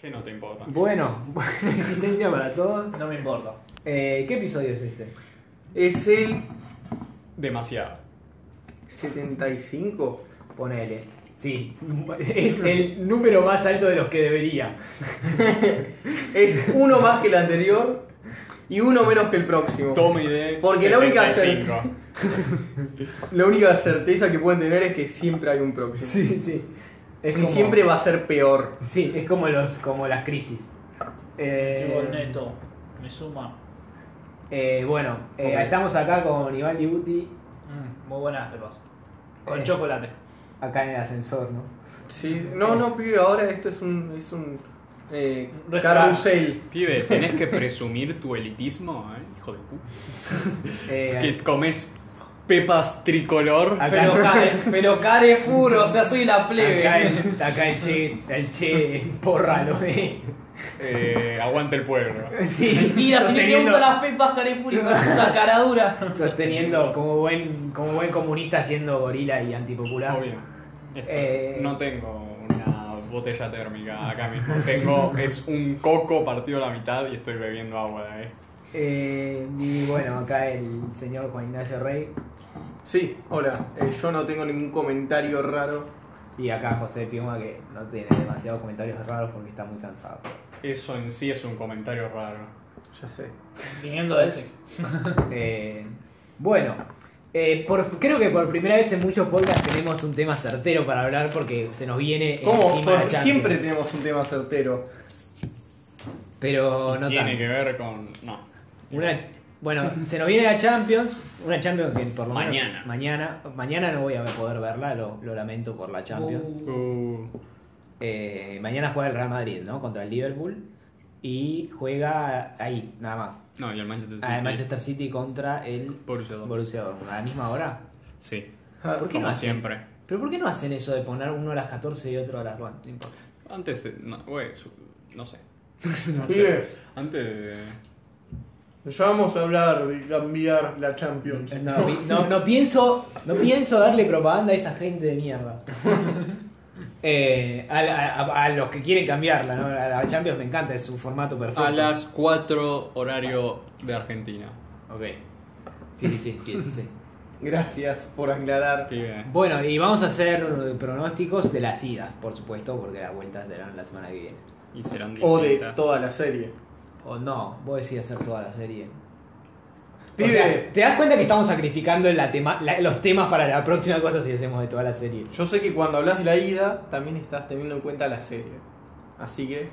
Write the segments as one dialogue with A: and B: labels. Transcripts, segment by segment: A: ¿Qué no te importa?
B: Bueno, buena existencia para todos.
C: No me importa.
B: Eh, ¿Qué episodio es este?
D: Es el
A: Demasiado.
D: 75.
B: Ponele. Sí, es el número más alto de los que debería.
D: Es uno más que el anterior y uno menos que el próximo.
A: Tome idea.
D: Porque la única
A: certeza.
D: La única certeza que pueden tener es que siempre hay un próximo.
B: Sí, sí. Es
D: y siempre va a ser peor.
B: Sí, es como, los, como las crisis. Eh,
C: Llevo el neto. Me suma.
B: eh, bueno, eh,
D: Ok.
B: estamos acá con Iván Libuti,
C: Mm, muy buenas pepas. Con
B: Eh.
C: chocolate.
B: acá en el ascensor, ¿no?
D: Sí. No, no, pibe, ahora esto es un, es un eh,
C: Restaurante.
D: carrusel.
A: Pibe, tenés que presumir tu elitismo, ¿eh? hijo de puta.
B: Eh,
A: Que comes pepas tricolor.
B: Acá-
C: Pero, care, pero Carrefour, o sea, soy la plebe.
B: acá, el, acá el che, el che, porra lo ve.
A: Eh, aguanta el pueblo.
B: Sí,
C: Mentira, si no te
B: sosteniendo-
C: gustan las pepas, Carrefour, y puta caradura.
B: Sosteniendo como buen, como buen comunista siendo gorila y antipopular.
A: Obvio. Esto,
B: Eh.
A: No tengo una botella térmica acá mismo. Tengo, es un coco partido a la mitad y estoy bebiendo agua de ahí.
B: Eh, y bueno, acá el señor Juan Ignacio Rey
D: Sí, hola. eh, yo no tengo ningún comentario raro.
B: y acá José Piuma que no tiene demasiados comentarios raros porque está muy cansado.
A: Eso en sí es un comentario raro.
D: Ya sé.
C: Viniendo de ese.
B: Eh, bueno, eh, por- creo que por primera vez en muchos podcasts tenemos un tema certero para hablar porque se nos viene
D: ¿Cómo?
B: encima
D: Por-
B: la Champions.
D: siempre tenemos un tema certero.
B: Pero no
A: Tiene
B: tanto.
A: que ver con. No.
B: Una- bueno, se nos viene la Champions, una Champions que por lo menos
A: Mañana.
B: mañana, mañana no voy a poder verla, lo, lo lamento por la Champions.
A: Uh,
B: Eh, mañana juega el Real Madrid, ¿no? Contra el Liverpool y juega ahí, nada más.
A: no, y el Manchester City.
B: Ah, el Manchester City contra el
A: Borussia Dortmund.
B: Borussia Dortmund a la misma hora.
A: Sí.
D: Ah,
B: ¿Por qué no
A: Como
B: hacen?
A: siempre.
B: Pero ¿por qué no hacen eso de poner uno a las 14 y otro a las bueno, no importa.
A: Antes. eh, No, güey, su- no sé. No
D: Pibe,
A: sé. Antes. de-
D: ya vamos a hablar de cambiar la Champions.
A: Eh,
B: No, pi- no, no pienso, no pienso darle propaganda a esa gente de mierda. Eh, a, la- a- a los que quieren cambiarla, ¿no? A la Champions me encanta, es un formato perfecto.
A: A las 4 horario de Argentina.
B: Ok. Sí, sí, sí, sí, sí.
D: Gracias por aclarar.
A: Pibe.
B: Bueno, y vamos a hacer pronósticos de las idas, por supuesto, porque las vueltas serán la semana que viene.
A: Y serán
D: O de
A: distintas.
D: toda la serie.
B: O no, vos decís hacer toda la serie. O
D: Pibe.
B: sea, ¿te das cuenta que estamos sacrificando la tema- la- los temas para la próxima cosa si hacemos de toda la serie?
D: Yo sé que cuando hablas de la ida, también estás teniendo en cuenta la serie. Así que,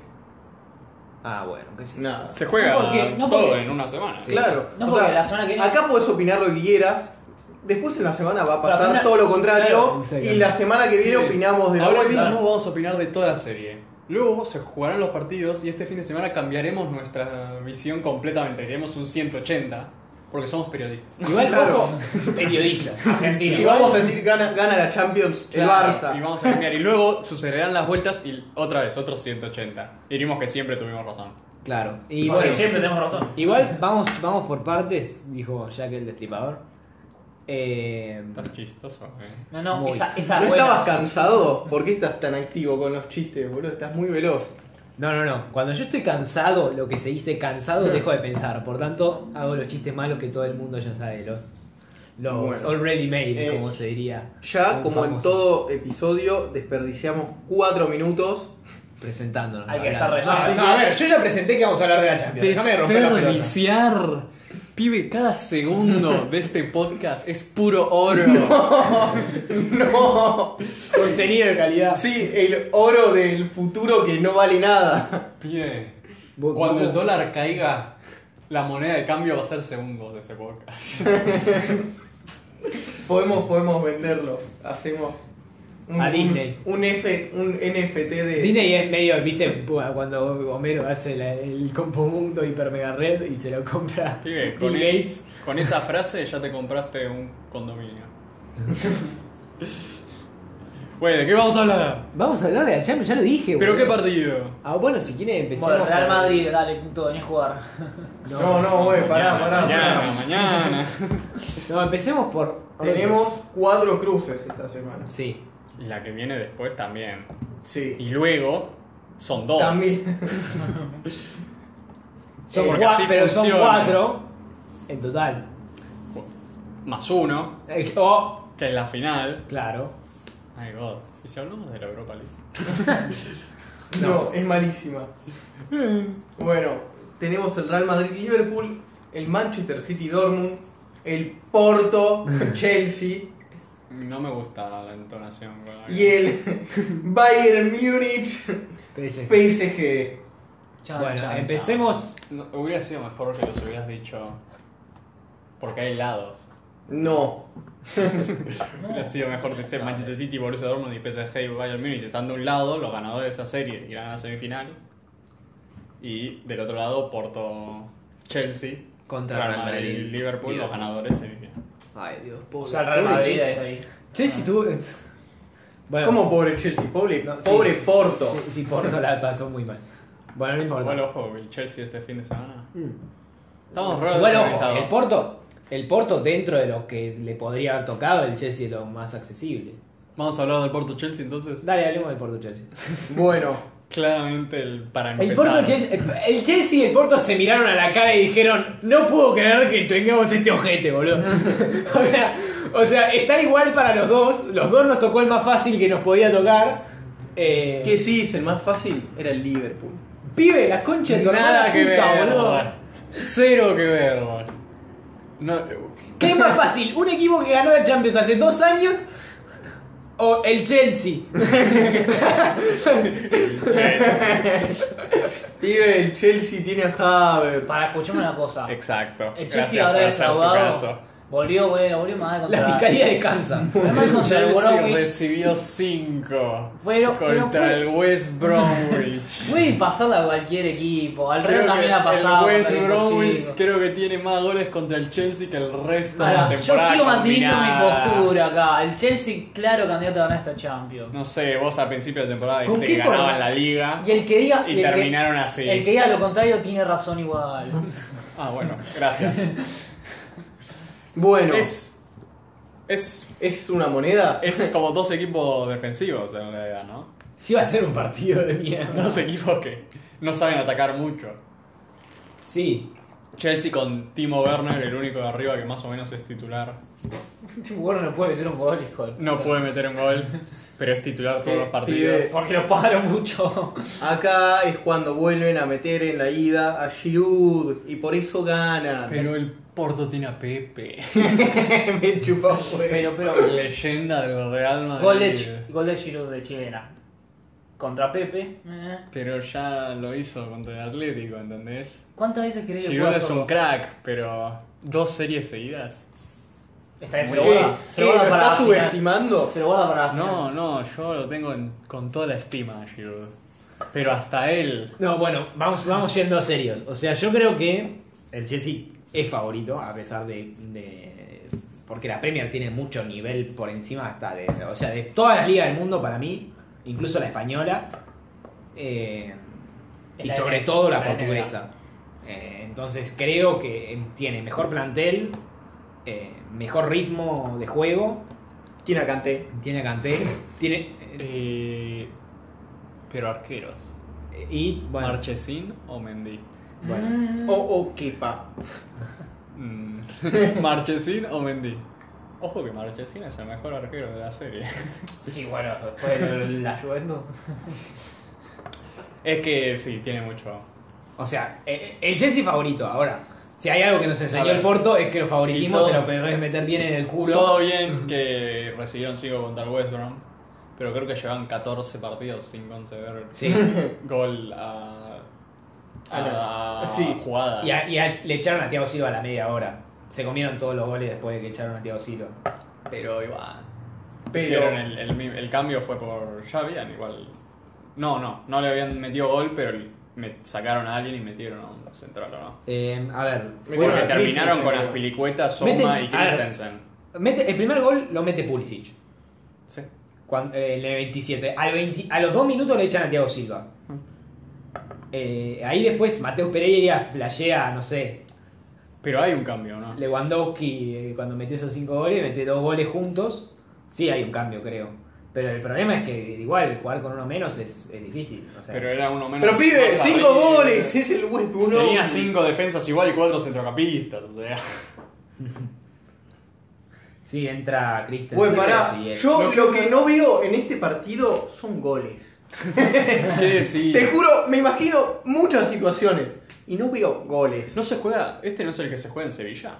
B: Ah, bueno, qué sé yo.
D: nada.
A: Se juega
C: No, porque- no,
A: todo
C: porque-
A: en una semana.
B: Sí.
D: Claro.
C: No,
D: o
C: porque
D: sea,
C: la zona que-
D: Acá puedes opinar lo que quieras. Después en la semana va a pasar
C: semana-
D: todo lo contrario.
B: Claro, exactamente.
D: y la semana que viene
A: Pibe,
D: opinamos de la
A: Ahora
D: vuelta.
A: mismo vamos a opinar de toda la serie. Luego se jugarán los partidos y este fin de semana cambiaremos nuestra visión completamente. Iremos un 180 porque somos periodistas.
B: Igual,
D: Claro.
B: ojo, periodistas, argentinos.
D: Y vamos a decir gana, gana la Champions
A: Claro,
D: el Barça.
A: Y vamos a cambiar. Y luego sucederán las vueltas y otra vez, otros 180. Diríamos que siempre tuvimos razón.
B: Claro, y
C: Porque
B: bueno,
C: siempre tenemos razón.
B: igual vamos, vamos por partes, dijo Jack el destripador. Eh,
A: Estás chistoso, eh.
C: No, no,
B: Muy.
C: esa, esa
D: ¿No
C: buena.
D: estabas cansado? ¿Por qué estás tan activo con los chistes, boludo? Estás muy veloz.
B: no, no, no. Cuando yo estoy cansado, lo que se dice cansado, dejo de pensar. Por tanto, hago los chistes malos que todo el mundo ya sabe, los, los
D: Bueno.
B: already made,
D: Eh,
B: como se diría.
D: Ya,
B: Un
D: como en
B: famoso.
D: todo episodio, desperdiciamos cuatro minutos.
B: presentándonos.
C: Hay que
B: hablando. No,
C: hacer relleno.
B: no, a ver, yo ya presenté que vamos a hablar de la Champions. Déjame de romper la pelota.
A: Desperdiciar. Pibe, cada segundo de este podcast es puro oro.
D: ¡No!
B: Contenido de calidad.
D: Sí, el oro del futuro que no vale nada.
A: Pibe,
B: Vos-
A: cuando
B: vos-
A: el dólar caiga, la moneda de cambio va a ser segundos de ese podcast.
D: Podemos, podemos venderlo. Hacemos un,
B: A Disney.
D: un, un F, un NFT de.
B: Disney es medio, viste, cuando Homero hace la- el compomundo hiper mega red y se lo compra
A: Pibe,
B: Bill
A: con, es-
B: Gates.
A: con esa frase ya te compraste un condominio. Güey, ¿de qué vamos a hablar?
B: Vamos a hablar de la Champions, ya lo dije.
A: ¿Pero qué
B: boludo.
A: partido?
B: Ah, bueno, si quieren empezamos.
C: Bueno, Real
B: por-
C: Madrid, dale, puto, venía a jugar.
D: No, no, güey, pará, pará,
A: Mañana,
D: pará.
A: mañana.
B: No, empecemos por.
D: Tenemos cuatro cruces esta semana.
B: Sí.
A: Y la que viene después también.
D: Sí.
A: Y luego Son dos.
D: También.
A: Son
B: Eh,
A: porque
B: cua-
A: así
B: pero son
A: funciona.
B: cuatro en total.
A: Más uno,
B: Eh, oh,
A: que en la final.
B: claro.
A: My god. ¿Y si hablamos de la Europa League?
D: No, es malísima. Bueno, tenemos el Real Madrid Liverpool, el Manchester City Dortmund, el Porto Chelsea
A: No me gusta la entonación. con la que-
D: y el Bayern Múnich
B: Tres eh. es-
D: PSG.
C: Chan,
B: bueno,
C: chan,
B: empecemos.
A: No, hubiera sido mejor que los hubieras dicho. Porque hay lados.
D: No.
C: chan.
A: Hubiera sido mejor decir Manchester City, Borussia Dortmund y PSG y Bayern Munich estando de un lado, los ganadores de esa serie irán a la semifinal. Y del otro lado, Porto, Chelsea,
B: Contra
A: Real
B: Real
A: Madrid,
B: Madrid,
A: Liverpool, los ganadores semifinal.
B: Ay, Dios, pobre.
C: O sea, el Real
B: Pobre
C: Madrid
B: Chelsea.
C: está ahí.
B: Chelsea tuvo. Bueno,
D: ¿Cómo pobre Chelsea? Pobre,
B: No, sí.
D: pobre Porto.
B: Sí, sí, Porto la pasó muy mal. Bueno, no importa.
A: Igual ojo, el Chelsea este fin de semana.
B: Mm.
A: Estamos re
B: Igual, ojo, eh.
A: organizados.
B: el Porto, el Porto dentro de lo que le podría haber tocado, el Chelsea es lo más accesible.
A: Vamos a hablar del Porto Chelsea entonces.
B: Dale, hablemos del Porto Chelsea.
D: Bueno,
A: Claramente el para empezar.
B: El Porto Chelsea, el Chelsea y el Porto se miraron a la cara y dijeron, no puedo creer que tengamos este ojete, boludo. o, sea, o sea, está igual para los dos. Los dos nos tocó el más fácil que nos podía tocar. Eh,
D: ¿qué sí es el más fácil? Era el Liverpool.
B: Pibe, la concha de tu
A: Nada
B: hermana
A: que
B: puta,
A: ver,
B: boludo.
A: boludo. Cero que ver, boludo. No,
B: ¿Qué es más fácil? ¿Un equipo que ganó la Champions hace dos años? ¿O el Chelsea?
A: eh,
D: Pibe, el Chelsea tiene a Havertz.
C: Para escucharme una cosa.
A: exacto.
C: El
A: Gracias
C: Chelsea
A: por
C: Eh, ahora
A: hacer su
C: desahogado.
A: caso.
C: Volvió, bueno, volvió más contra
B: La fiscalía descansa.
C: Volvió mal contra el
A: Chelsea
C: Bromwich.
A: recibió 5
C: Pero-
A: contra
C: pero fue-
A: el West Bromwich.
C: Puede pasarla a cualquier equipo. Al
A: Creo
C: Real
A: que
C: también la ha pasado.
A: el West
C: contra equipos
A: Bromwich
C: chicos.
A: creo que tiene más goles contra el Chelsea que el resto de la
C: Ahora, yo
A: temporada.
C: sigo manteniendo mi
A: combinada.
C: postura acá. El Chelsea, claro, candidato a ganar esta Champions.
A: No sé, vos a principio de temporada
B: ¿Con
A: dijiste que
B: qué forma?
A: ganaban la liga
C: Y el que diga.
A: y
C: el que-
A: terminaron así.
C: El que diga lo contrario tiene razón igual.
A: Ah, bueno, gracias.
D: Bueno, es,
A: es, es,
D: una moneda.
A: es como dos equipos defensivos en realidad, ¿no?
B: Sí va a ser un partido de mierda.
A: Dos equipos que no saben atacar mucho.
B: Sí.
A: Chelsea con Timo Werner, el único de arriba que más o menos es titular.
C: Este jugador no puede meter un gol, hijo. de
A: No
C: puta.
A: puede meter un gol, pero es titular todos
D: Qué
A: los partidos.
D: pibe.
C: Porque lo pagaron mucho.
D: Acá es cuando vuelven a meter en la ida a Giroud y por eso ganan.
A: Pero el Porto tiene a Pepe.
D: Me chupa un huevo.
C: Pero, pero.
A: Leyenda del Real Madrid.
C: gol, de, Chi- gol de Giroud de Chilena. Contra Pepe. eh.
A: Pero ya lo hizo contra el Atlético, ¿entendés?
C: ¿Cuántas veces crees que
A: Giroud
C: juega
A: es un
C: solo?
A: crack, pero dos series seguidas.
C: Esta vez se
D: ¿Qué?
C: lo guarda.
D: ¿Qué?
C: Se lo guarda
D: ¿Lo
C: para la
D: estás
C: final.
D: subestimando?
C: Se lo guarda para la final.
A: No, no, yo lo tengo en- con toda la estima, Giroud. Pero hasta él.
B: No, bueno, vamos, vamos yendo a serios. O sea, yo creo que el Chelsea es favorito, a pesar de. de- porque la Premier tiene mucho nivel por encima hasta de. O sea, de todas las ligas del mundo para mí, incluso la española. eh,
C: Es
B: y
C: la
B: sobre
C: NBA.
B: todo la
C: La NBA.
B: portuguesa. Eh, entonces creo que tiene mejor plantel, eh, mejor ritmo de juego,
D: ¿Quién acanté?
B: tiene a Kanté, tiene.
A: Eh, pero arqueros.
B: y bueno.
A: ¿Marchesín o Mendy?
B: Bueno.
C: Mm.
D: O o Kepa.
A: Mm. ¿Marchesín o Mendy? Ojo que Marchesín es el mejor arquero de la serie.
C: Sí, bueno, después de la Juventus.
A: Es que sí, tiene mucho.
B: O sea, eh, el Chelsea favorito ahora. Si hay algo que nos enseñó
A: A ver.
B: el Porto es que los
A: Y
B: favoritismos
A: todo-
B: te lo podés meter bien en el culo.
A: Todo bien que recibieron 5 contra el West Brom, pero creo que llevan 14 partidos sin conceder
B: Sí.
A: gol a, a,
D: A la- sí.
A: jugada.
B: Y, a- y a- le echaron a Thiago Silva a la media hora. Se comieron todos los goles después de que echaron a Thiago Silva.
A: Pero igual.
D: Pero-
A: Hicieron el, el, mi- el cambio fue por. Ya habían igual. No, no, no le habían metido gol, pero me sacaron a alguien y metieron a un central, ¿o no?
B: Eh, a ver.
D: Bueno,
A: Porque
D: a
A: terminaron
D: Christensen,
A: con
D: creo.
A: Aspilicueta, Soma
B: Meten-
A: y
B: a ver.
A: Christensen.
B: mete- el primer gol lo mete Pulisic.
A: Sí.
B: Cuan- eh, en el 27. Al 20 a los dos minutos le echan a Thiago Silva. Eh, ahí después Mateus Pereira flashea, no sé,
A: Pero hay un cambio, ¿no?
B: Lewandowski eh, cuando metió esos cinco goles, metió dos goles juntos. Sí hay un cambio, creo. Pero el problema es que igual jugar con uno menos es, es difícil. O sea,
A: Pero era uno menos.
D: Pero pibe,
A: Más
D: 5
A: arriba.
D: goles, es el Westbrook. ¿no?
A: eh, Tenía cinco defensas igual y cuatro centrocampistas. O sea,
B: sí, entra Christian.
D: Bueno,
B: Silvers
D: pará,
B: y el-
D: yo
A: Lo
D: lo
A: que-
D: que, no veo en este partido son goles.
A: ¿qué decir?
D: Te juro, me imagino muchas situaciones y no veo goles.
A: No se juega. Este no es el que se juega en Sevilla.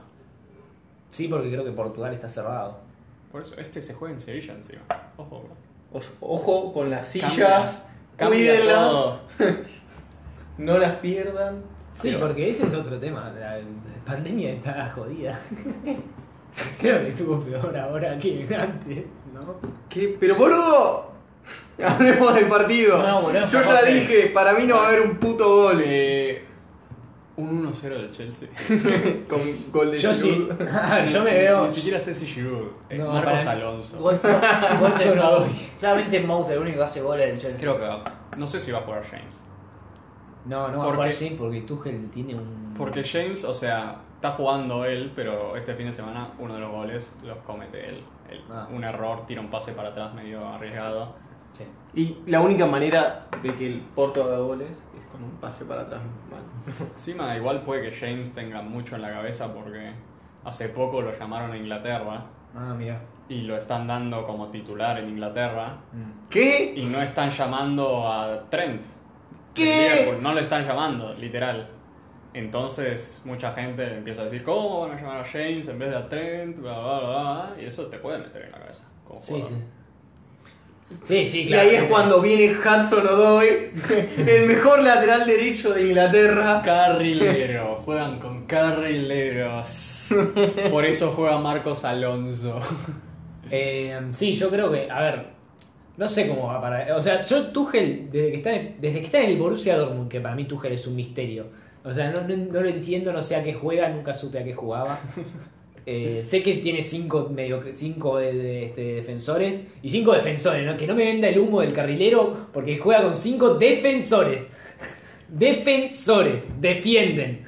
B: Sí, porque creo que Portugal está cerrado.
A: Por eso, este se juega en Sevilla encima. Ojo, bro.
D: Os- Ojo con las
A: Cambia-
D: sillas,
A: cambia
D: cuídenlas,
A: todo.
D: no las pierdan.
B: Sí,
A: Pero-
B: porque ese es otro tema. La pandemia está jodida. creo que estuvo peor ahora que antes, ¿no?
D: ¿Qué? Pero boludo, hablemos del partido.
C: No, boludo,
D: yo ya
C: capaz que-
D: dije, para mí no va a haber un puto gol
A: Eh, un 1-0 del Chelsea.
D: con gol de
B: Yo sí.
D: Giroud.
B: Ah, yo me veo.
A: Ni siquiera sé si Giroud. Eh,
B: No,
A: Marcos
B: para-
A: Alonso.
C: Gol, gol de
B: Yo no
C: Mount.
B: doy.
C: Claramente Mount es el único que hace goles del Chelsea.
A: Creo que va. No sé si va a jugar James.
B: No, no va a
A: Porque-
B: jugar James porque Tuchel tiene un.
A: Porque James, o sea, está jugando él, pero este fin de semana uno de los goles los comete él. Él-
B: Ah.
A: Un error, tira un pase para atrás medio arriesgado.
B: Sí.
D: Y la única manera de que el Porto haga goles es con un pase para atrás. mal.
A: Encima, igual puede que James tenga mucho en la cabeza porque hace poco lo llamaron a Inglaterra
B: Ah, mira.
A: y lo están dando como titular en Inglaterra
D: ¿Qué?
A: y no están llamando a Trent.
D: ¿Qué?
A: del Liverpool, No lo están llamando, literal. Entonces, mucha gente empieza a decir, ¿cómo van a llamar a James en vez de a Trent? Bla, bla, bla, bla, Y eso te puede meter en la cabeza. Como
B: Sí,
A: jugador.
B: sí. Sí, sí,
D: Y
B: claro.
D: ahí es cuando viene Hudson O'Doy, el mejor lateral derecho de Inglaterra.
A: Carrilero, juegan con carrileros. Por eso juega Marcos Alonso.
B: Eh, sí, yo creo que. A ver. No sé cómo va para. O sea, yo Tuchel, desde que está en, desde que está en el Borussia Dortmund, que para mí Tuchel es un misterio. O sea, no, no- no lo entiendo, no sé a qué juega, nunca supe a qué jugaba. Eh, sé que tiene cinco, medio, cinco de, de- este, defensores y cinco defensores, ¿no? Que no me venda el humo del carrilero porque juega con cinco defensores. Defensores, defienden.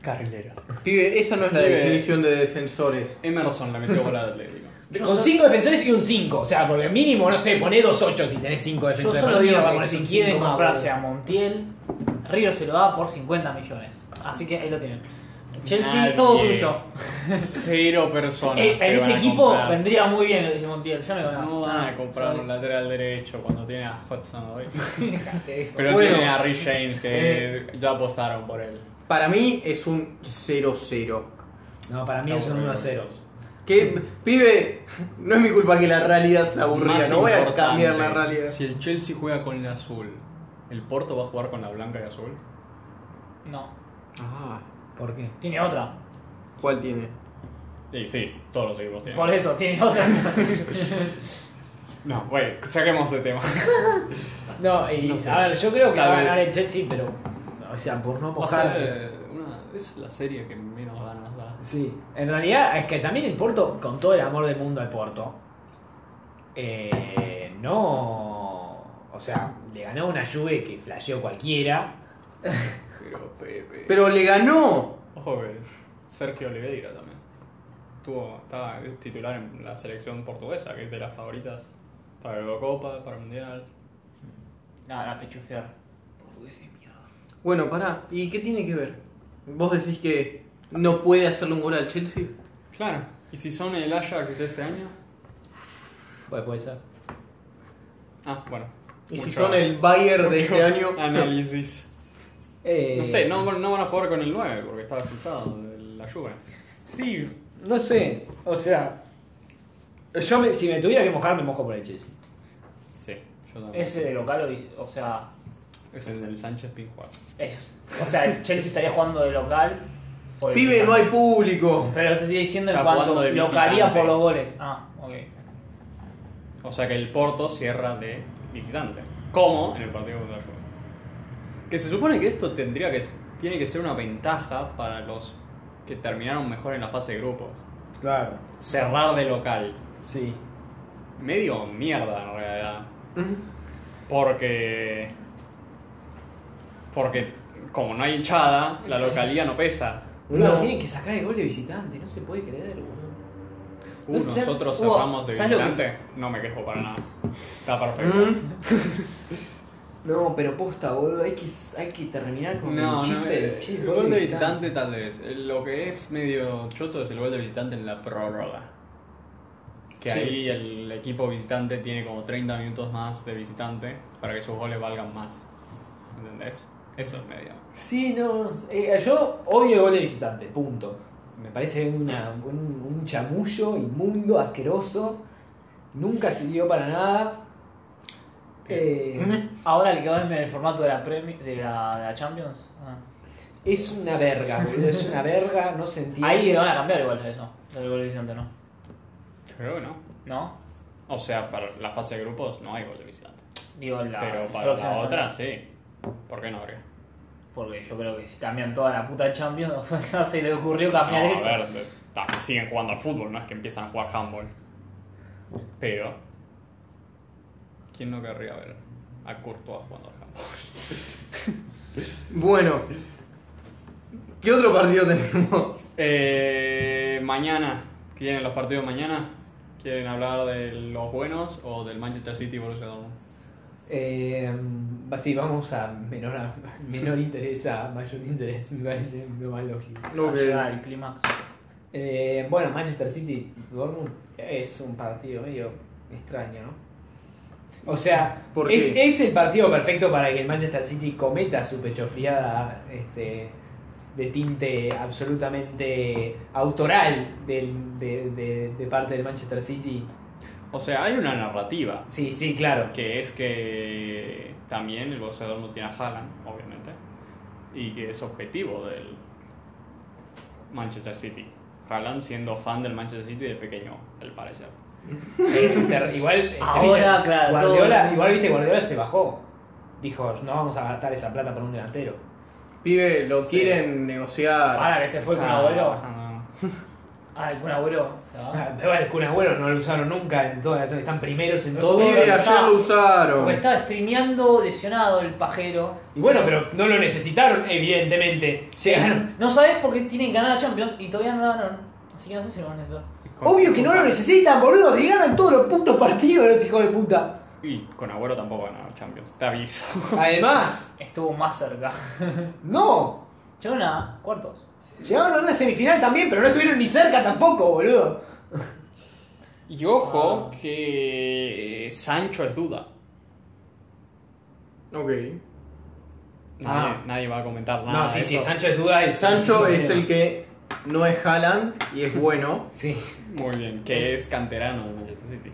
A: Carrileros.
D: Pibe, esa no es la
A: Pibe.
D: definición de defensores.
A: Emerson la metió bola al Atlético.
B: Con cinco defensores y un 5. O sea, porque mínimo, no sé, poné dos 8 si tenés cinco
C: Yo
B: defensores.
C: solo
B: Para mí no
C: digo
B: va a
C: que
B: poner
C: si
B: un
C: quieren
B: cinco más,
C: comprarse
B: boludo.
C: a Montiel, Río se lo da por 50 millones. Así que ahí lo tienen. Chelsea,
A: Nadie.
C: todo suyo.
A: Cero personas.
C: Eh,
A: te van
C: en ese
A: a
C: equipo
A: comprar.
C: vendría muy bien el de Montiel. Yo no digo nada.
A: No van a Ah, comprar un
C: Yo-
A: lateral derecho cuando tiene a Hudson hoy.
C: Te-
A: Pero
D: Bueno.
A: tiene a Rich James que ya apostaron por él.
D: Para mí es un 0-0.
B: No, para mí es un 1 a 0.
D: Que, pibe, no es mi culpa que la realidad sea aburrida,
A: Más
D: no voy a
A: importante,
D: cambiar la realidad.
A: Si el Chelsea juega con la azul, ¿el Porto va a jugar con la blanca y azul?
C: No,
D: Ah,
B: ¿Por qué?
C: tiene otra.
D: ¿cuál tiene?
A: Y sí, todos los equipos tienen.
C: Por eso, tiene otra.
A: No, güey, saquemos de tema.
B: No, y
A: No sé.
B: a ver, yo creo que
A: Tal
B: va a
A: vez.
B: ganar el Chelsea, pero. O sea, por no
A: Va a ser,
B: apostar.
A: eh, una- es la serie que menos ganas da.
B: Sí, en realidad es que también el Porto, con todo el amor del mundo al Porto, eh, no. O sea, le ganó una Juve que flasheó cualquiera.
A: Pero Pepe.
D: Pero le ganó.
A: Ojo que Sergio Oliveira también. Tuvo, estaba es titular en la selección portuguesa, que es de las favoritas para la Eurocopa, para el Mundial.
C: No, la pechucear. Portugués es mierda.
D: Bueno, pará, ¿y qué tiene que ver? ¿Vos decís que no puede hacerle un gol al Chelsea?
A: Claro, y si son el Ajax de este año.
B: Puede, puede ser.
A: Ah, bueno.
D: ¿Y si
A: Mucho
D: son el Bayern de
A: mucho Ah,
D: este año?
A: Análisis.
B: Eh,
A: No sé, no, no van a jugar con el 9 porque estaba expulsado de la lluvia.
B: Sí, no sé. O sea, yo me- si me tuviera que mojar, me mojo por el Chelsea.
A: Sí, yo también.
C: Ese de local, o- o sea,
A: Es el del Sánchez Pizjuán.
C: es. O sea, el Chelsea estaría jugando de local. o de
D: Pibe, no hay público.
C: Pero te estoy diciendo en
A: Está
C: cuanto
A: jugando de
C: localía
A: visitante.
C: por los goles. Ah, ok.
A: O sea que el Porto cierra de visitante. Como en el partido contra la Juve. Que se supone que esto tendría que tiene que ser una ventaja para los que terminaron mejor en la fase de grupos.
B: Claro,
A: Cerrar de local.
B: sí.
A: Medio mierda en realidad. Porque. Porque como no hay hinchada, la localía no pesa.
B: Uno
D: No.
B: tiene que sacar el gol de visitante, no se puede creer, boludo.
A: Uh,
C: Claro,
A: nosotros
C: Hugo,
A: cerramos de
C: ¿sabes lo que
A: visitante. No me quejo para nada. Está perfecto.
D: ¿Mm?
E: No, pero posta, boludo, hay que, hay que terminar con
A: No, no,
E: el chiste del
A: el,
E: chiste.
A: el gol de visitante tal vez. Lo que es medio choto es el gol de visitante en la prórroga. Que
E: Sí.
A: ahí el equipo visitante tiene como 30 minutos más de visitante para que sus goles valgan más. ¿Entendés? Eso es medio.
B: Sí, no, no, eh, yo odio el gol de visitante, punto. Me parece una- un, un chamullo inmundo, asqueroso. Nunca sirvió para nada. Eh,
C: Ahora que quedó en el formato de la, premi- de la, de la Champions. ah.
B: es una verga, boludo, es una verga, no se entiende.
C: Ahí lo van a cambiar igual de eso. Del gol de visitante, ¿no?
A: Creo que no.
C: ¿No?
A: O sea, para la fase de grupos no hay gol de visitante.
C: Digo, la.
A: Pero
C: Ah, la
A: para
C: próxima
A: la otra
C: semana.
A: sí. ¿Por qué no habría?
C: Porque yo creo que si cambian toda la puta Champions, no se le ocurrió
A: No,
C: cambiar
A: a
C: eso.
A: ver, de- ta, que siguen jugando al fútbol, no es que empiezan a jugar handball. Pero, ¿quién no querría ver a Courtois jugando al handball?
D: Bueno, ¿qué otro partido tenemos?
A: Eh, mañana, ¿quieren los partidos mañana? ¿Quieren hablar de los buenos o del Manchester City y Borussia Dortmund?
B: Eh, sí, vamos a menor, a- menor interés a mayor interés, me parece lo más lógico.
C: Va a llegar el clímax.
B: Eh, bueno, Manchester City Dortmund es un partido medio extraño, ¿no? O sea,
D: ¿Por
B: es,
D: qué?
B: es el partido perfecto para que el Manchester City cometa su pechofriada este, de tinte absolutamente autoral del- de, de- de parte del Manchester City.
A: O sea, hay una narrativa
B: Sí, sí, claro.
A: que es que también el Borussia Dortmund tiene a Haaland, obviamente, y que es objetivo del Manchester City. Haaland siendo fan del Manchester City de pequeño, al parecer.
B: Eh, ter- igual, este,
C: Ahora,
B: viste,
C: claro,
B: Guardiola,
C: todo-
B: igual, viste, Guardiola se bajó. Dijo, no vamos a gastar esa plata por un delantero.
D: Pibe, lo
A: Sí.
D: quieren negociar.
C: Ahora que se fue con
A: Ah,
C: abuelo.
A: ah,
C: Ah, el Kun abuelo. se va.
B: Pero el Kun Agüero no lo usaron nunca, en toda- están primeros en todo.
D: Pibe,
C: está.
D: ayer lo
C: Porque
D: usaron.
C: estaba streameando lesionado el pajero.
B: Y bueno, pero no lo necesitaron, evidentemente. Llegaron.
C: No sabes por qué tienen ganar la Champions y todavía no la ganaron. Así que no sé si lo van a necesitar.
A: con-
B: Obvio que no lo necesitan, boludo. Si ganan todos los putos partidos, los hijos de puta.
A: Y con Agüero tampoco ganaron Champions, te aviso.
B: Además,
C: Estuvo más cerca.
B: no.
C: Llegaron a cuartos.
B: Llegaron a una semifinal también, pero no estuvieron ni cerca tampoco, boludo.
A: Y ojo
C: Ah.
A: que eh, Sancho es duda.
D: Ok.
A: Nadie,
B: Ah.
A: nadie va a comentar nada.
B: No, sí,
A: de
B: sí,
A: eso.
B: Sancho es duda. y-
D: Sancho es el que no es Haaland y es bueno.
B: Sí,
A: Muy bien, que es canterano del Manchester City.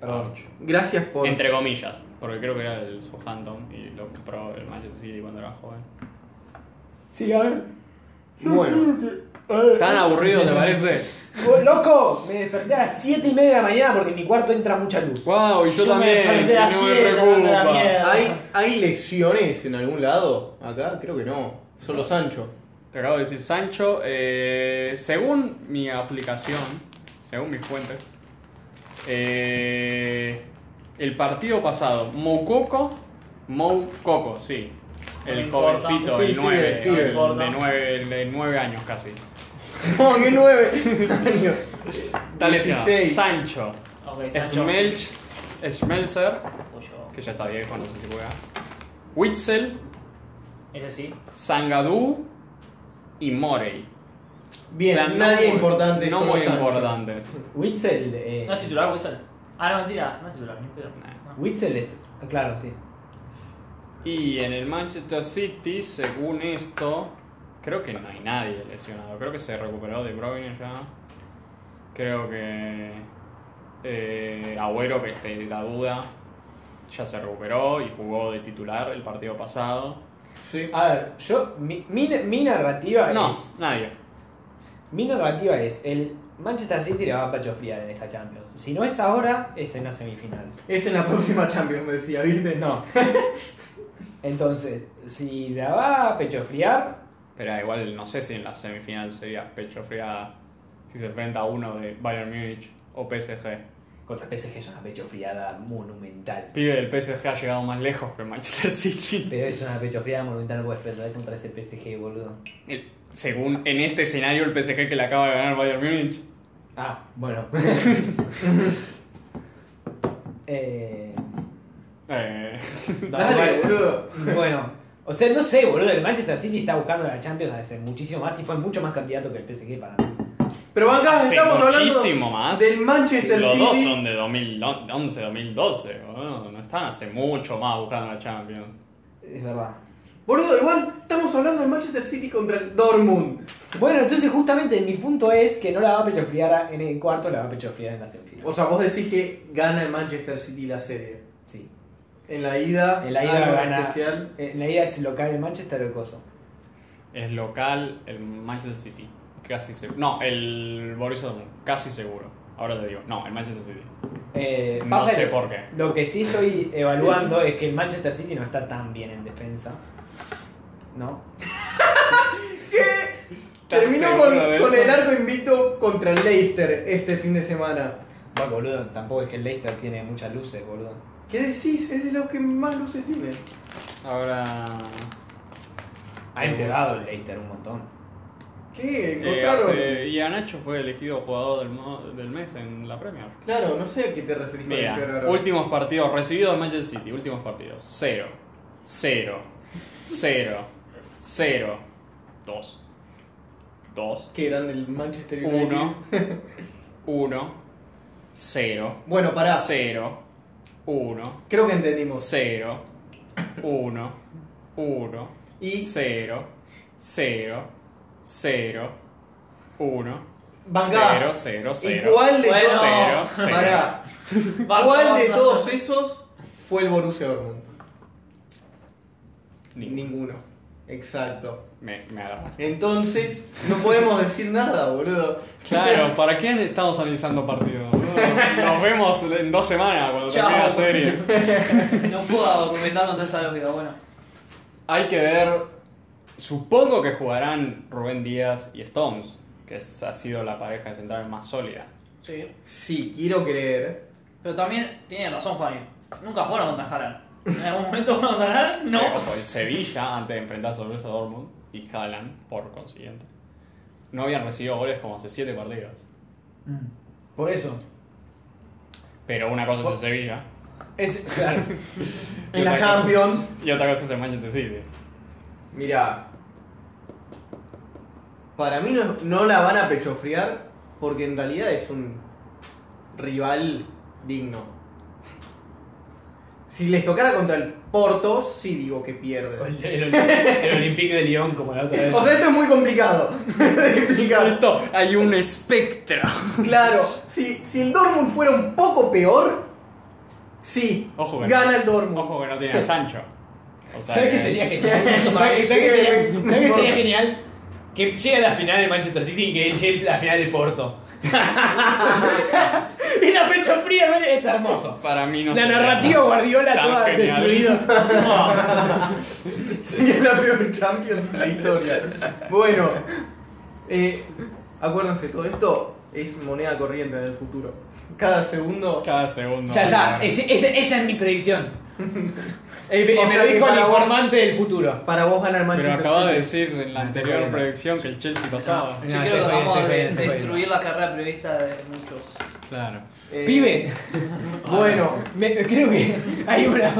B: perdón.
D: Gracias por.
A: Entre comillas, porque creo que era el Southampton y lo compró el Manchester City cuando era joven.
B: Sí, a ver.
D: Bueno,
A: ¿Tan aburrido te parece?
B: Loco, me desperté a las 7 y media de la mañana porque en mi cuarto entra mucha luz.
A: ¡Wow! Y yo, también.
C: Me desperté
A: y
C: a las
A: no me
C: siete, anda la
A: preocupa.
C: mierda.
D: ¿hay, ¿hay lesiones en algún lado? Acá creo que no. Solo Sancho.
A: Te acabo de decir, Sancho, eh, según mi aplicación, según mis fuentes, eh, el partido pasado, Moukoko, Moukoko, sí,
C: No
A: el
C: importa.
A: jovencito,
D: Sí,
A: el
D: sí,
A: 9,
D: el pibe.
A: el
C: No
A: de
C: importa.
A: 9, el de 9 años casi,
D: No, que nueve años.
A: está lesionado.
D: 16.
A: Sancho,
C: Ok, Sancho.
A: Smelch, Smelzer,
C: Pollo.
A: que ya está viejo, no sé si juega, Witzel,
C: Ese sí.
A: Sangadú y Morey.
D: Bien,
A: O sea, no
D: nadie
A: muy-
D: importante.
A: No
D: solo
A: muy
D: Sancho.
A: importantes.
B: Witzel. eh,
C: No es titular, Wilson. Ah, no, mentira. No es titular, ni pedo.
A: Nah.
C: No.
B: Witzel es. Claro, sí.
A: Y en el Manchester City, según esto, creo que no hay nadie lesionado. Creo que se recuperó De Bruyne ya. Creo que eh, Agüero, que este, la duda, ya se recuperó y jugó de titular el partido pasado.
D: Sí.
B: A ver, yo. Mi, mi- mi narrativa
A: No,
B: es.
A: nadie.
B: Mi narrativa es. El Manchester City le va a pachofriar en esta Champions. Si no es ahora, es en la semifinal.
D: Es en la próxima Champions, me decía, ¿viste?
B: No. Entonces, si la va a pechofriar.
A: Pero igual no sé si en la semifinal sería pecho fría si se enfrenta a uno de Bayern Múnich o PSG.
B: Contra PSG es una pechofriada monumental.
A: Pibe del PSG ha llegado más lejos que el Manchester City.
B: Pero es una pechofriada monumental, puedes perder contra ese PSG, boludo.
A: El- según en este escenario el PSG que le acaba de ganar al Bayern Múnich.
B: Ah, bueno. eh,
A: Eh,
B: no,
D: Dale,
B: igual-
D: boludo.
B: Bueno, o sea, no sé, boludo. El Manchester City está buscando la Champions hace muchísimo más y fue mucho más candidato que el PSG para mí.
D: Pero bancás,
A: hace
D: estamos hablando
A: muchísimo más.
D: del Manchester
A: Los dos
D: City.
A: son de 2011, 2012. boludo. No están hace mucho más buscando la Champions.
B: Es verdad.
D: Boludo, igual estamos hablando del Manchester City contra el Dortmund.
B: Bueno, entonces justamente mi punto es que no la va a pechofriar en el cuarto, la va a pechofriar en la semifinal.
D: O sea, vos decís que gana el Manchester City la serie.
B: Sí.
D: En la ida,
B: En la ida
D: algo
B: gana-
D: especial.
B: En la ida es local en Manchester o coso.
A: Es local el Manchester City. Casi seguro. No, el Borussia Dortmund. Casi seguro. Ahora te digo. No, el Manchester City.
B: Eh,
A: No
B: pasa
A: sé
B: que-
A: por qué.
B: Lo que sí estoy evaluando es que el Manchester City no está tan bien en defensa. ¿No?
A: ¿Estás
D: Termino
A: seguro
D: con,
A: de
D: con
A: eso?
D: el arco invicto contra el Leicester este fin de semana.
B: Bueno, boludo, tampoco es que el Leicester tiene muchas luces, boludo.
D: ¿Qué decís? Es de los que más luces tiene.
A: Ahora.
B: Ha empeorado el Leicester un montón.
A: Eh,
D: ¿Qué? ¿Encontraron?
A: hace- y a Nacho fue elegido jugador del, mo- del mes en la Premier.
D: Claro, no sé a qué te referís con
A: Mira,
D: empeorar.
A: últimos partidos recibidos de Manchester City, últimos partidos. 0, 0, 0, 0, 2, 2,
D: Que eran el Manchester United.
A: 1, 1, 0,
D: Bueno, pará.
A: 0, 1,
D: Creo que entendimos.
A: 0, 1, 1,
D: Y
A: 0, 0, 0, 1,
D: Bancá.
A: 0, 0,
D: ¿Y
A: 0.
D: cuál de
C: Bueno.
D: todos?
A: Cero, cero.
D: Pará.
C: Basta,
D: ¿Cuál de
C: basta.
D: todos esos fue el Borussia Dortmund?
A: Ni-
D: Ninguno. Exacto.
A: Me, me agarraste.
D: Entonces, no podemos decir nada, boludo.
A: Claro, ¿para qué estamos analizando partidos? boludo? Nos vemos en dos semanas cuando
C: Chao.
A: termine la serie.
C: No puedo documentar contra esa lógica, bueno.
A: Hay que ver. Supongo que jugarán Rubén Díaz y Stones, que es- ha sido la pareja central más sólida.
C: Sí.
D: Sí, quiero creer.
C: Pero también tiene razón, Juanio. Nunca jugaron contra Haaland. En algún momento jugaron contra Haaland, no.
A: Eh, ojo, el Sevilla, antes de enfrentarse a Borussia Dortmund y Haaland, por consiguiente, no habían recibido goles como hace 7 partidos.
B: Por eso.
A: Pero una cosa es el Sevilla
B: Es, claro.
D: En la Champions.
A: y otra cosa es el Manchester City.
D: Mirá. Para mí no, no la van a pechofriar porque en realidad es un rival digno. Si les tocara contra el Porto, sí digo que pierden.
B: el, el- el Olympique de Lyon, como la otra vez.
D: O sea, esto es muy complicado de explicar.
A: Esto, hay un espectro.
D: Claro, si, si el Dortmund fuera un poco peor, sí,
A: Ojo, que-
D: gana el Dortmund.
A: Ojo que no tiene a Sancho. O sea
B: ¿Sabes
A: que-
B: qué sería genial? ¿Sabes
D: Sí,
B: qué sería,
D: güey.
B: ¿sabes qué sería genial? Que llegue a la final de Manchester City y que llegue a la final de Porto. y la fecha fría, ¿no? es hermoso.
A: Para mí no
B: la
A: sería
B: narrativa Guardiola
A: tan
B: toda
A: genial.
B: destruida.
A: No,
D: Sería la peor Champions de la historia. Bueno, eh, acuérdense, todo esto es moneda corriente en el futuro. Cada segundo.
A: Cada segundo.
B: ya está, ese- ese- esa es mi predicción. El-
D: O
B: me
D: sea
B: lo
D: que
B: dijo el
D: para vos-
B: informante del futuro.
D: Para vos ganar
A: Pero
D: Manchester
A: acaba de
D: City.
A: decir en la
B: No, estoy
A: anterior
B: jodiendo.
A: predicción que el Chelsea pasaba.
B: No,
C: Yo
B: estoy
C: creo que
B: jodiendo,
C: vamos a
B: estoy jodiendo, estoy jodiendo.
C: destruir la carrera prevista de muchos.
A: Claro.
D: Eh,
B: Pibe,
D: Bueno,
B: me- creo que hay una,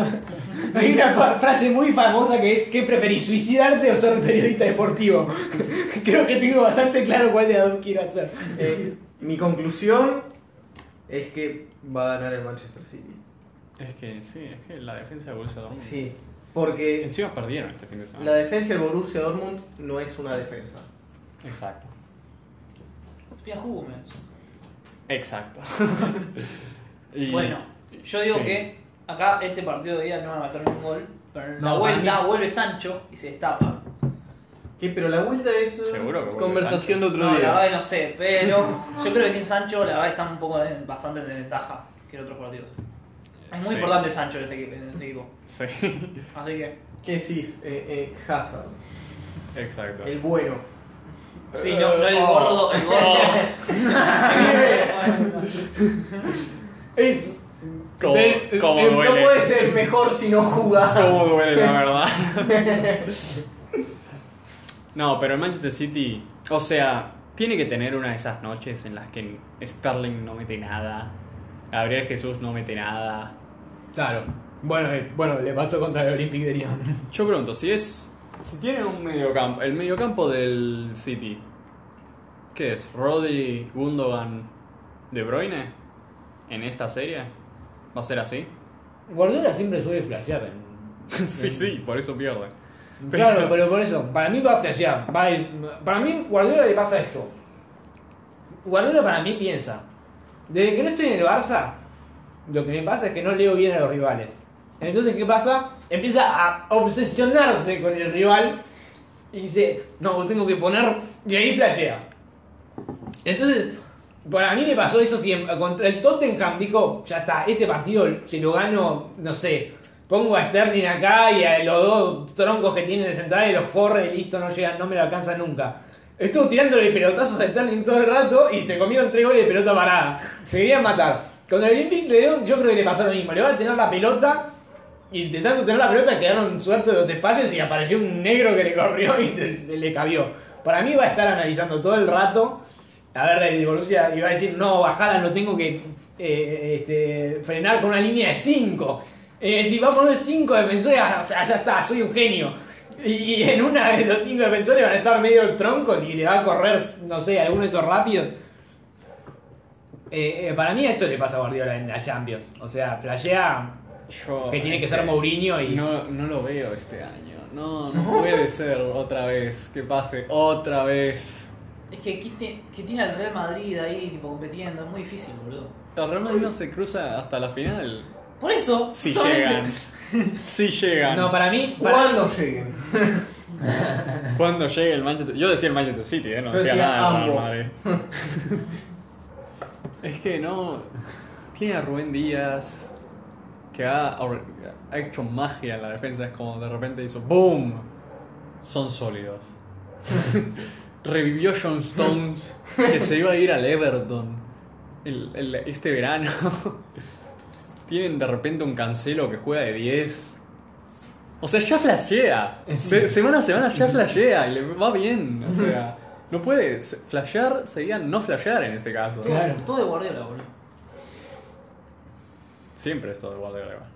B: hay una pa- frase muy famosa que es ¿qué preferís, suicidarte o ser un periodista deportivo? creo que tengo bastante claro cuál de las dos quiero hacer.
D: eh, mi conclusión es que va a ganar el Manchester City.
A: Es que sí, es que la defensa de Borussia Dortmund.
D: Sí, porque
A: Encima perdieron este fin de semana.
D: la defensa del Borussia Dortmund no es una defensa.
A: Exacto.
C: Hostia, Hummels.
A: Exacto. Y-
C: Bueno, yo digo
A: sí.
C: que acá este partido de ida no van a meter ningún gol. Pero en la
B: No, para
C: vuelta
B: mí-
C: vuelve Sancho y se destapa.
D: ¿Qué? Pero la vuelta es eh,
A: Seguro que vuelve
D: conversación
A: Sancho.
D: de otro
C: No, la
D: día.
C: verdad que no sé, pero yo creo que sin Sancho la verdad que está un poco de- bastante de ventaja que en otros partidos. Es muy
A: Sí.
C: importante Sancho en este, equi- en este equipo.
A: Sí,
C: Así que,
D: ¿Qué decís? Eh, eh, Hazard,
A: exacto.
D: el bueno.
C: sí, no, no el
A: Oh.
C: gordo, el gordo.
B: Es
A: ¿Cómo,
B: Eh, eh,
A: cómo
B: eh, no
A: duele?
D: No puede ser mejor si no jugás.
A: ¿Cómo duele, la verdad? no, pero el Manchester City, o sea, Tiene que tener una de esas noches en las que Sterling no mete nada, Gabriel Jesús no mete nada.
B: Claro. Bueno, eh, bueno, le pasó contra el Olympic de Lyon.
A: Yo pregunto, si es. Si tiene un mediocampo. El mediocampo del City. ¿Qué es? ¿Rodri, Gundogan, De Bruyne? ¿En esta serie? ¿Va a ser así?
B: Guardiola siempre suele flashear. en-
A: sí, sí, por eso pierde. Pero-
B: Claro, pero por eso, para mí va a flashear. va a ir- para mí, Guardiola le pasa esto. Guardiola para mí piensa. Desde que no estoy en el Barça, lo que me pasa es que no leo bien a los rivales. Entonces, ¿qué pasa? Empieza a obsesionarse con el rival y dice, no, tengo que poner. Y ahí flashea. Entonces, para mí me pasó eso siempre. Contra el Tottenham dijo, ya está, este partido si lo gano, no sé. Pongo a Sterling acá y a los dos troncos que tienen de central y los corre y listo, no llegan, no me lo alcanza nunca. Estuvo tirándole pelotazos a Sterling todo el rato y se comieron tres goles de pelota parada. Se querían matar. Contra el Olympic de León yo creo que le pasó lo mismo. Le van a tener la pelota y intentando tener la pelota quedaron sueltos los espacios y apareció un negro que le corrió y te- se le cabió. Para mí va a estar analizando todo el rato. A ver, el Borussia iba a decir, no, bajada, no tengo que eh, este, frenar con una línea de 5. si va a poner 5 defensores, ah, o sea, ya está, soy un genio. Y, y en una de los 5 defensores van a estar medio troncos y le va a correr, no sé, alguno de esos rápidos. Eh, eh, para mí eso le pasa a Guardiola en la Champions. O sea, flashea
A: Yo- eh,
B: que tiene que ser Mourinho y...
A: No, no lo veo este año. No, no puede ser otra vez. Que pase otra vez.
C: Es que, aquí te- que tiene al Real Madrid ahí, tipo, compitiendo. Es muy difícil, boludo.
A: El Real Madrid no se cruza hasta la final.
C: Por eso.
A: Si
C: justamente,
A: llegan. Si llegan.
B: No, para mí... para-
D: Cuando lleguen.
A: Cuando llegue el Manchester Yo decía el Manchester City, eh, no
D: Yo
A: decía,
D: decía
A: nada del Real
D: ambos.
A: Madrid. es que no. Tiene a Rubén Díaz que ha, or- ha hecho magia en la defensa. Es como de repente hizo ¡Boom! Son sólidos. Revivió John Stones que se iba a ir al Everton el- el- este verano. Tienen de repente un cancelo que juega de 10. O sea, ya flashea. Se- semana a semana ya flashea y le va bien. O sea, no puede. se- Flashear sería no flashear en este caso.
C: Todo,
B: Claro.
C: todo de Guardiola, boludo.
A: Siempre esto de Guardiola igual.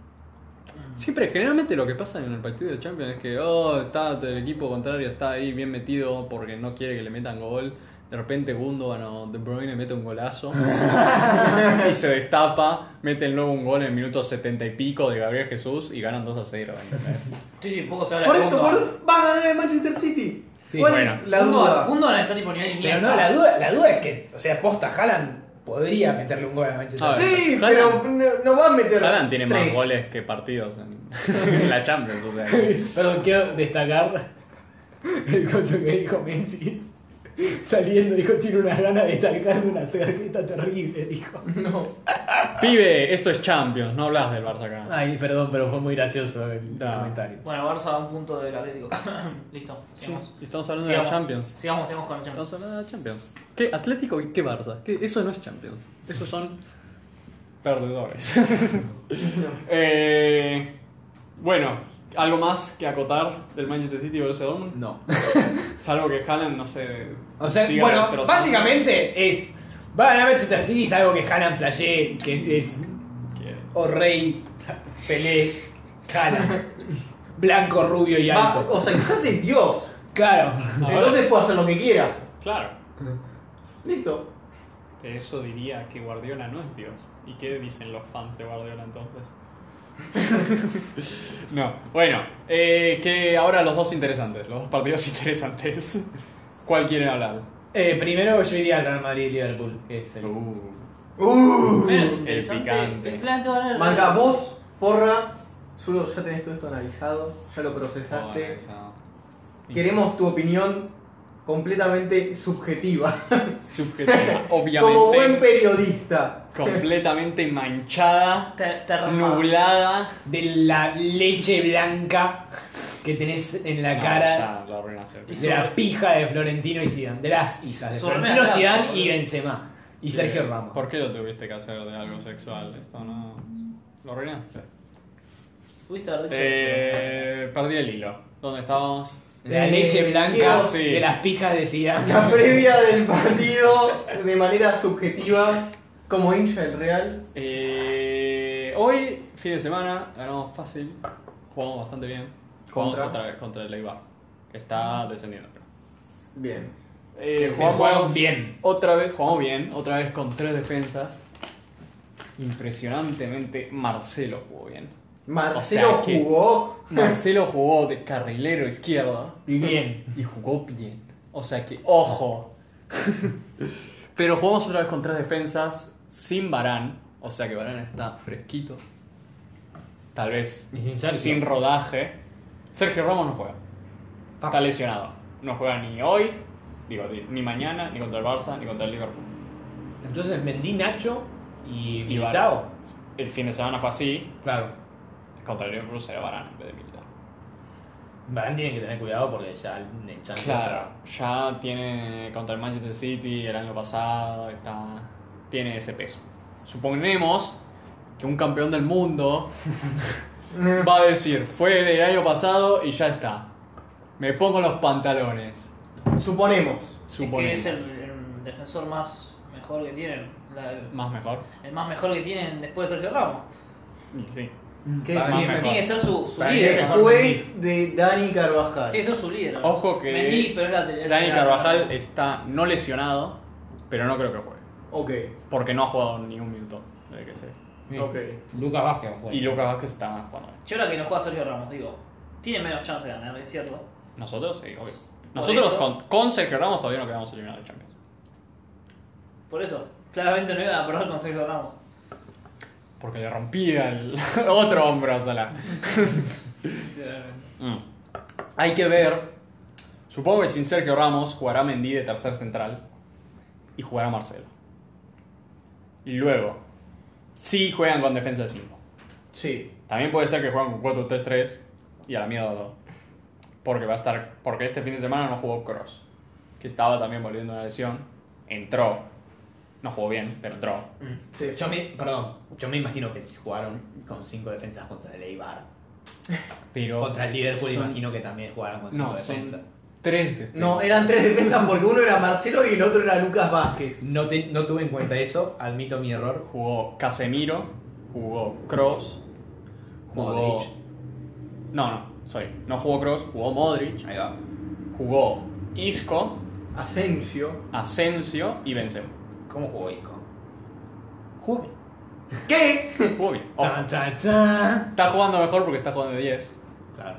A: Siempre, generalmente lo que pasa en el partido de Champions es que, oh, está el equipo contrario está ahí bien metido porque no quiere que le metan gol. De repente Gundogan o De Bruyne mete un golazo y se destapa, meten luego un gol en el minuto setenta y pico de Gabriel Jesús y ganan 2 a 0, ¿entendés?
C: Sí, sí, poco se habla
D: Por
C: de
D: eso,
C: Gundogan.
D: por- va a ganar el Manchester City.
B: Sí,
D: ¿Cuál
A: bueno.
D: es la duda?
C: Gundogan- Gundogan está tipo a nivel inglés.
B: Pero no, la duda, la duda es que, o sea, posta, Haaland podría meterle un gol a Manchester
A: A ver.
D: Ah, Sí,
A: Haaland.
D: pero no, no va a meter.
A: Salan tiene más
D: tres.
A: goles que partidos en, en la Champions. O sea, que-
B: Perdón, quiero destacar el coso que dijo Messi. Saliendo, dijo, tiene unas ganas de estar una cerquita terrible, dijo.
D: No.
A: Pibe, esto es Champions, no hablas del Barça acá.
B: Ay, perdón, pero fue muy gracioso el
A: No.
B: comentario.
C: Bueno, Barça a un punto del Atlético. Listo,
A: Sí,
C: sigamos.
A: estamos hablando
C: Sigamos.
A: de la Champions.
C: Sigamos, sigamos con
A: Estamos
C: Champions.
A: hablando de la Champions. ¿Qué Atlético y qué Barça? ¿Qué? Eso no es Champions. Esos son perdedores. Eh, bueno, algo más que acotar del Manchester City vs Dortmund,
B: No.
A: salvo que Haaland no se
B: O sea,
A: siga
B: bueno,
A: destrozando.
B: básicamente es. Va a ganar Manchester City, es algo que Haaland flashee, que es
A: Que-
B: o Rey, Pelé, Haaland. Blanco, rubio y
D: Va-
B: alto.
D: o sea, quizás es Dios.
B: Claro.
A: ver.
D: Entonces puede hacer lo que quiera.
A: Claro.
D: Listo.
A: Pero eso diría que Guardiola no es Dios. ¿Y qué dicen los fans de Guardiola entonces? no, bueno, eh, que ahora los dos interesantes, los dos partidos interesantes. ¿Cuál quieren hablar?
B: Eh, primero yo iría al Real Madrid-Liverpool, que es el
D: Uh.
C: Pero es
A: el
C: interesante,
A: picante.
C: es claramente va a ganar el
D: Manca,
C: Atlético.
D: vos, porra. Solo ya tenés todo esto analizado, ya lo procesaste. Queremos tu opinión completamente subjetiva.
A: subjetiva,
D: Como buen
A: obviamente.
D: periodista.
A: completamente manchada,
C: Te, te arma.
A: nublada.
B: de la leche blanca que tenés en la cara
A: No, Ah, ya, lo arruinaste.
C: Y
B: de la pija de Florentino y Zidane, de las hijas de
C: Su
B: Florentino,
C: remera blanca,
B: Zidane y
C: boludo.
B: Benzema y Sergio Ramos.
A: ¿Por qué lo tuviste que hacer de algo sexual? Esto no. Lo arruinaste.
C: Fuiste a haber dicho
A: Eh, perdí el hilo. ¿Dónde estábamos?
B: La
D: Eh,
B: leche blanca
D: quiero- Eh,
A: sí.
B: de las pijas de
D: La
B: Zidane.
D: previa del partido de manera subjetiva como hincha del Real.
A: Eh, hoy, fin de semana, ganamos fácil. Jugamos bastante bien. Jugamos
D: ¿Contra?
A: otra vez contra el Eibar. que Está descendiendo. creo.
D: Bien.
A: Eh,
B: jugaron bien.
A: Otra vez, jugamos bien. Otra vez con tres defensas. Impresionantemente, Marcelo jugó bien.
D: Marcelo
A: O sea que-
D: jugó.
A: Marcelo jugó de carrilero izquierdo.
B: Y bien.
A: Y jugó bien. O sea que, ojo. Pero jugamos otra vez con tres defensas sin Barán. O sea que Barán está fresquito. Tal vez.
B: Y sin Sergio.
A: Sin rodaje. Sergio Ramos no juega. Está lesionado. No juega ni hoy, digo, ni mañana, ni contra el Barça, ni contra el Liverpool.
B: Entonces vendí Nacho y
A: Y Varane.
B: Militao.
A: El fin de semana fue así.
B: Claro.
A: Contra el Liverpool será Barán en vez de Militao.
B: Barán tiene que tener cuidado porque ya el el chancho
A: Claro, ya tiene contra el Manchester City el año pasado, está, tiene ese peso. Suponemos que un campeón del mundo va a decir, fue del año pasado y ya está. Me pongo los pantalones.
D: Suponemos.
A: Suponemos.
C: Es que es el, el defensor más mejor que tienen. la-
A: Más mejor.
C: el más mejor que tienen después de Sergio Ramos.
A: Sí.
D: ¿Qué
A: Para
D: decís?
A: mí es mejor.
C: Tiene que ser su, su
B: Para mí
C: líder.
B: es mejor.
D: Después de Dani Carvajal.
C: Tiene que ser su líder.
A: Ojo que
C: Mendy, pero era- era-
A: Dani
C: era-
A: Carvajal está no lesionado, pero no creo que juegue.
D: Ok,
A: Porque no ha jugado ni un minuto. desde que se-
B: Sí.
D: ok.
B: Lucas Vázquez va a jugar.
A: Y Lucas Vázquez está jugando. bien.
C: Yo ahora que no juega Sergio Ramos, digo, tiene menos chance de ganar, es cierto.
A: Nosotros, sí, obvio. Nosotros
C: eso-
A: con, con Sergio Ramos todavía no quedamos eliminados de Champions.
C: Por eso, claramente no iban a perder con Sergio Ramos.
A: Porque le rompía el otro hombro a Salah.
C: Literalmente.
A: Mm. Hay que ver. Supongo que sin Sergio Ramos jugará Mendy de tercer central y jugará Marcelo. Y luego, sí juegan con defensa de 5.
D: Sí.
A: También puede ser que jueguen con 4-3-3 y a la mierda todo. Porque va a estar. Porque este fin de semana no jugó Cross. Que estaba también volviendo a una lesión. Entró. No jugó bien, pero entró.
D: Sí.
B: Yo me, perdón, yo me imagino que si jugaron con cinco defensas contra el Eibar.
A: Pero.
B: Contra el Liverpool
A: son-
B: imagino que también jugaron con cinco
A: No,
B: defensas.
A: son tres defensas.
D: No, eran tres defensas porque uno era Marcelo y el otro era Lucas Vázquez.
B: No, te- no tuve en cuenta eso, admito mi error.
A: Jugó Casemiro, jugó Cross, jugó.
B: Modric.
A: No, no, sorry. No jugó Cross, jugó Modric,
B: Ahí va.
A: jugó Isco,
D: Asensio.
A: Asensio y Benzema.
B: ¿Cómo jugó Isco?
A: Jugó
D: ¿Qué?
A: bien, jugó bien.
E: Oh.
A: Ojo,
B: Tan, tan, tan.
A: está jugando mejor porque está jugando de 10.
B: Claro.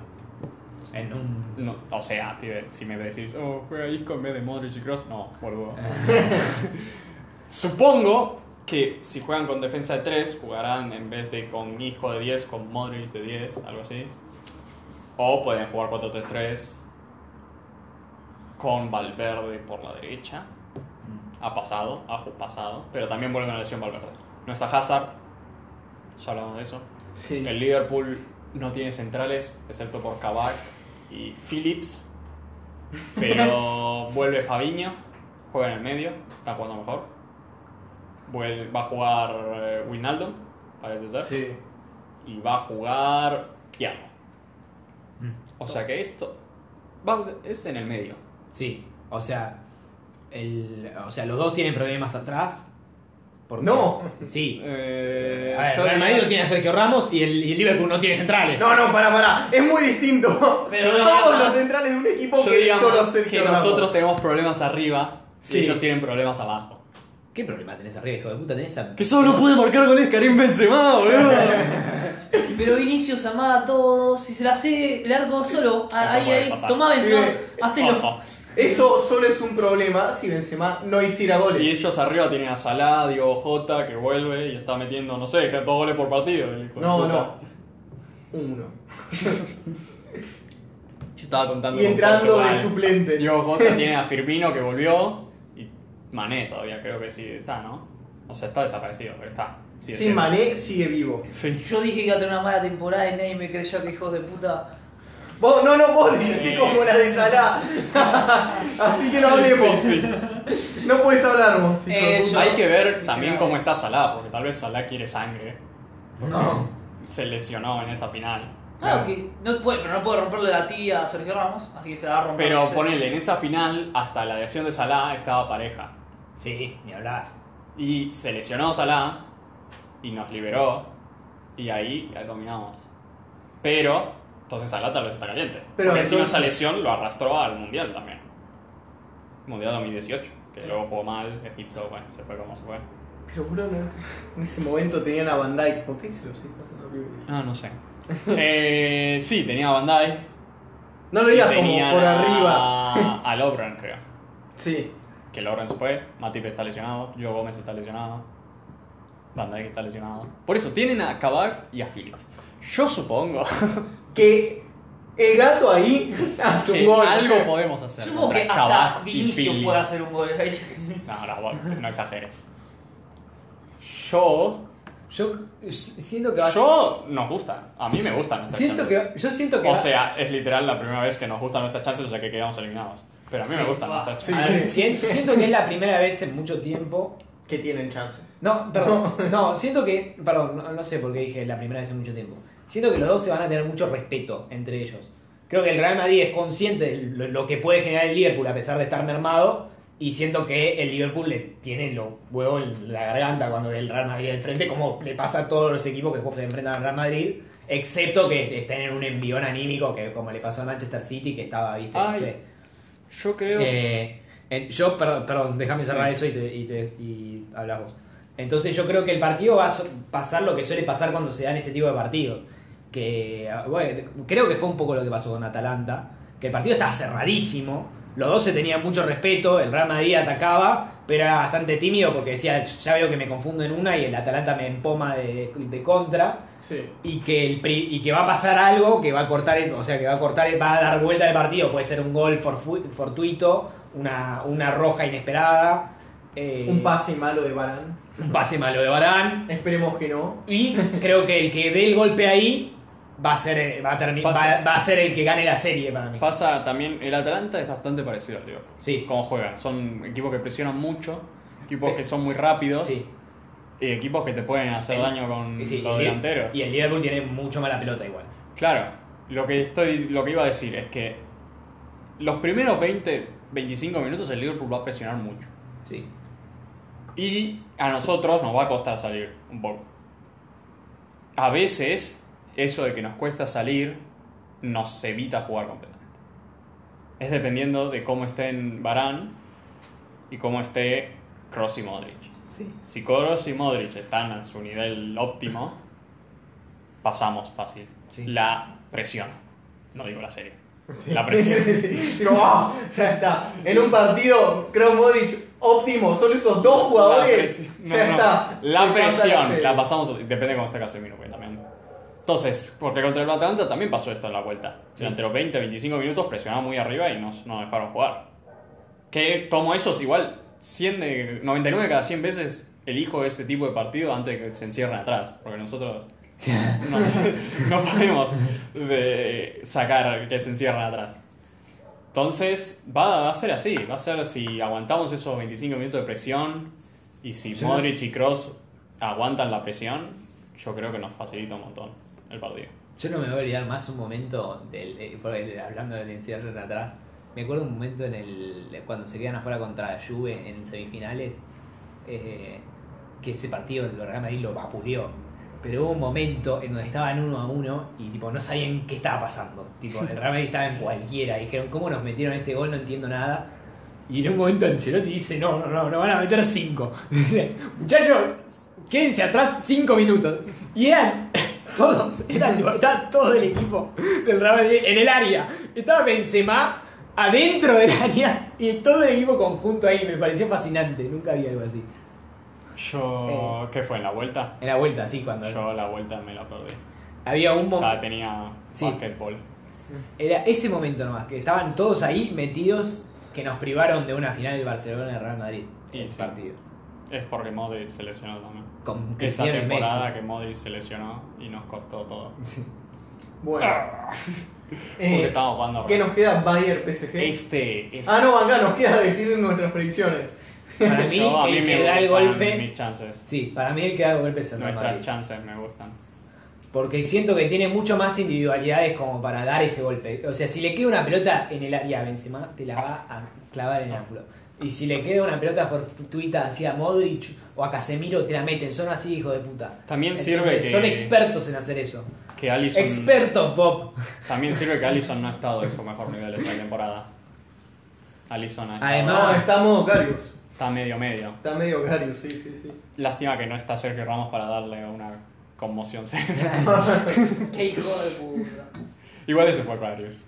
B: En un.
A: No, o sea, pibe, si me decís, oh, juega Isco en vez de Modric y Cross, no, vuelvo. Supongo que si juegan con defensa de 3, jugarán en vez de con Isco de 10, con Modric de 10, algo así. O pueden jugar 4-3-3 con Valverde por la derecha. Ha pasado, ha ju- pasado, pero también vuelve una lesión Valverde. No está Hazard, ya hablamos de eso.
D: Sí.
A: El Liverpool no tiene centrales, excepto por Kabak y Phillips. Pero vuelve Fabiño, juega en el medio, está jugando mejor. Vuel- va a jugar eh, Wijnaldum, parece ser.
D: Sí.
A: Y va a jugar Thiago.
B: Mm.
A: O sea que esto va- es en el medio.
B: Sí, o sea. El, o sea, los dos tienen problemas atrás. porque-
D: No.
B: Sí.
A: Eh,
B: A ver,
A: yo
B: el Real Madrid
A: diría-
B: no tiene a Sergio Ramos y el, y el Liverpool no tiene centrales.
D: No, no, para, para. Es muy distinto.
C: Pero no
D: Todos
C: más.
D: los centrales de un equipo
A: yo
D: que
A: diría
D: solo
A: más
D: Sergio
A: que
D: Ramos.
A: nosotros tenemos problemas arriba
D: Sí.
A: y ellos tienen problemas abajo.
B: ¿Qué problema tenés arriba, hijo de puta? Tenés a.
A: Que solo puede marcar goles Karim Benzema, boludo.
C: Pero Vinicius amaba a todos y se la hace el arco solo. Ah,
A: Eso
C: Ahí,
A: puede
C: ahí,
A: pasar.
C: tomá Benzema,
D: Eh,
C: hacelo.
A: Ojo.
D: Eso solo es un problema si Benzema no hiciera goles.
A: Y ellos arriba tienen a Salah, Diego Jota, que vuelve y está metiendo, no sé, dos goles por partido. el hijo de
D: No,
A: puta.
D: no. Uno.
A: Yo estaba contando.
D: Y
A: con
D: entrando de
A: Portugal.
D: suplente.
A: Diego Jota tiene a Firmino que volvió y Mané todavía creo que sí está, ¿no? O sea, está desaparecido, pero está. Sí, es
D: Sí,
A: cierto.
D: Mané sigue vivo.
A: Sí.
C: Yo dije que iba a tener una mala temporada y nadie me creyó que hijos de puta.
D: Vos, no, no, vos dijiste como la de Salah. Así que no hablemos.
A: Sí, sí.
D: No puedes hablar vos. hijo de
C: Eh,
D: puta.
C: yo-
A: Hay que ver
C: Miserable.
A: también cómo está Salah, ¿eh? porque tal vez Salah quiere sangre.
B: No.
A: Se lesionó en esa final.
C: Claro, Ah, que no puede, pero no puede romperle la tía a Sergio Ramos, así que se la va a romper.
A: Pero
C: no sé.
A: ponele, en esa final, hasta la lesión de Salah estaba pareja.
B: Sí, ni hablar.
A: Y se lesionó Salah y nos liberó. Y ahí la dominamos. Pero, entonces Salah tal vez está caliente. Pero
D: Pero
A: encima
D: entonces-
A: esa lesión lo arrastró al Mundial también. Mundial 2018, que luego jugó mal, Egipto, bueno, se fue como se fue.
D: Pero bro, no- en ese momento tenían a Van Dyke. ¿Por qué se los hijos a los pibes?
A: Ah, no sé. eh, sí, tenía a Bandai.
D: No lo digas como
A: tenía
D: por arriba.
A: a, a Lovren, creo.
D: Sí.
A: Que Lovren se fue, Matip está lesionado, Joe Gómez está lesionado, Van Dijk está lesionado. Por eso, tienen a Cavach y a Phillips. Yo supongo
D: Que el gato ahí hace un
A: que
D: gol.
A: algo podemos hacer.
C: Yo supongo que
A: contra
C: hasta
A: Kabak y
C: Vinicius
A: Phillips.
C: puede hacer un gol ahí.
A: No, no, vos, no exageres. Yo.
E: Yo eh, siento que va a
A: Yo nos gusta. A mí me gustan nuestras
E: Siento
A: chances.
E: que, yo siento que
A: O
E: va-
A: sea, es literal la primera vez que nos gustan nuestras chances, ya que quedamos eliminados. Pero a mí me gustan
C: va.
A: nuestras
D: Sí,
A: chances.
D: sí, sí.
B: Sien- siento que es la primera vez en mucho tiempo.
D: Que tienen chances.
B: No, perdón. No, siento que. Perdón, no, no sé por qué dije la primera vez en mucho tiempo. Siento que los dos se van a tener mucho respeto entre ellos. Creo que el Real Madrid es consciente de lo, lo que puede generar el Liverpool a pesar de estar mermado. Y siento que el Liverpool le tiene los huevos en la garganta cuando ve el Real Madrid al frente, como le pasa a todos los equipos que juegan- se enfrentan al Real Madrid, excepto que estén en un envión anímico, que como le pasó a Manchester City, que estaba, viste, no
A: Ay,
B: sé.
A: Yo creo.
B: Eh, en- yo, perdón, perdón, déjame cerrar eso y, te, y, te- y hablas vos. Entonces yo creo que el partido va a so- pasar lo que suele pasar cuando se dan ese tipo de partidos. Que, ah, bueno, creo que fue un poco lo que pasó con Atalanta. Que el partido estaba cerradísimo. Los dos se tenían mucho respeto. El Real Madrid atacaba, pero era bastante tímido porque decía, ya veo que me confundo en una y el Atalanta me empoma de, de contra
D: Sí.
B: y que, el pri- y que va a pasar algo que va a cortar, el- o sea, que va a cortar, el- va a dar vuelta el partido. Puede ser un gol forfu- fortuito, una, una roja inesperada, eh,
D: Un pase malo de Barán.
B: un pase malo de Barán.
D: Esperemos que no.
B: Y creo que el que dé el golpe ahí va a ser, el- va a termi-
A: Pasa.
B: va- va a ser el que gane la serie para mí.
A: Pasa también. El Atalanta es bastante parecido al Liverpool.
B: Sí.
A: Cómo juegan. Son equipos que presionan mucho, equipos que son muy rápidos
B: Sí,
A: y equipos que te pueden hacer
B: Sí.
A: daño con
B: sí,
A: los
B: y el-
A: delanteros.
B: Y el Liverpool tiene mucho mala pelota igual.
A: Claro, lo que estoy lo que iba a decir es que los primeros 20, 25 minutos el Liverpool va a presionar mucho.
B: Sí.
A: Y a nosotros nos va a costar salir un poco. A veces eso de que nos cuesta salir nos evita jugar completamente. Es dependiendo de cómo estén Barán y cómo esté Kroos y Modric. Si Kroos y Modric están a su nivel óptimo, pasamos fácil.
B: Sí.
A: La presión. No digo la serie.
D: Sí,
A: La presión.
D: sí, sí, sí. Digo, "Ah, ya está. En un partido, creo Modric óptimo. Solo esos dos
A: La
D: jugadores.
A: presión.
D: ya
A: No, no.
D: está.
A: La
D: Se pasa
A: presión.
D: serie.
A: la pasamos. Depende de cómo esté Casemiro, porque también. Entonces, porque contra el Atalanta también pasó esto en la vuelta. Durante los 20, 25 minutos presionaron muy arriba y nos, no dejaron jugar. Que como esos, igual, 100 de, 99 cada 100 veces elijo ese tipo de partido antes de que se encierren atrás. Porque nosotros no, no podemos de sacar que se encierren atrás. Entonces, va, va a ser así. Va a ser si aguantamos esos 25 minutos de presión y si
D: Sí.
A: Modric y Cross aguantan la presión, yo creo que nos facilita un montón el partido.
B: Yo no me voy a olvidar más un momento, del, eh, por- eh, hablando del encierro de atrás, me acuerdo un momento en el cuando se quedan afuera contra Juve en semifinales, eh, que ese partido el Real Madrid lo vapuleó. Pero hubo un momento en donde estaban uno a uno y tipo no sabían qué estaba pasando. Tipo, el Real Madrid estaba en cualquiera. Y dijeron, ¿cómo nos metieron este gol? No entiendo nada. Y en un momento Ancelotti dice, no, no, no, nos van a meter cinco. Dice, Muchachos, quédense atrás cinco minutos. Y eran todos, eran, tipo, estaba todo el equipo del Real Madrid en el área. Estaba Benzema adentro del área y todo el equipo conjunto ahí. Me pareció fascinante, nunca vi algo así.
A: Yo. ¿Qué fue? ¿En la vuelta?
B: En la vuelta, sí, cuando
A: Yo la vuelta me la perdí.
B: había un momento...
A: Ah, tenía
B: Oh. Sí.
A: básquetbol.
B: Era ese momento nomás, que estaban todos ahí metidos que nos privaron de una final del Barcelona-Real Madrid.
A: Y
B: el
A: sí.
B: partido.
A: Es porque Modric se lesionó también.
B: Con
A: Esa
B: Cristiano y Messi.
A: temporada que Modric se lesionó y nos costó todo.
D: Bueno.
A: Ah, Porque
D: Eh,
A: estábamos jugando.
D: ¿Qué nos queda? Bayern PSG.
A: Este es.
D: Ah, no, acá nos queda decir nuestras predicciones.
B: Para mí,
A: Yo, a mí
B: el
A: me
B: que da el
A: gustan
B: golpe.
A: mis chances.
B: Sí, para mí el que da el golpe es el Real
A: Nuestras
B: Madrid.
A: chances me gustan.
B: Porque siento que tiene mucho más individualidades como para dar ese golpe. O sea, si le queda una pelota en el área a Benzema, te la va a clavar en el ángulo. Y si le queda una pelota fortuita así a Modric o a Casemiro, te la meten. Son así, hijo de puta.
A: También
B: Entonces,
A: sirve que-
B: Son expertos en hacer eso.
A: Que Allison,
B: Expertos, Pop.
A: También sirve que Allison no ha estado en su mejor nivel esta temporada. Allison ha estado-
B: Además-
D: No, está modo Carius.
A: está medio medio.
D: Ah, Está medio Carius, sí, sí, sí.
A: Lástima que no está Sergio Ramos para darle una conmoción cerebral.
C: Qué hijo de puta.
A: Igual ese fue Carius.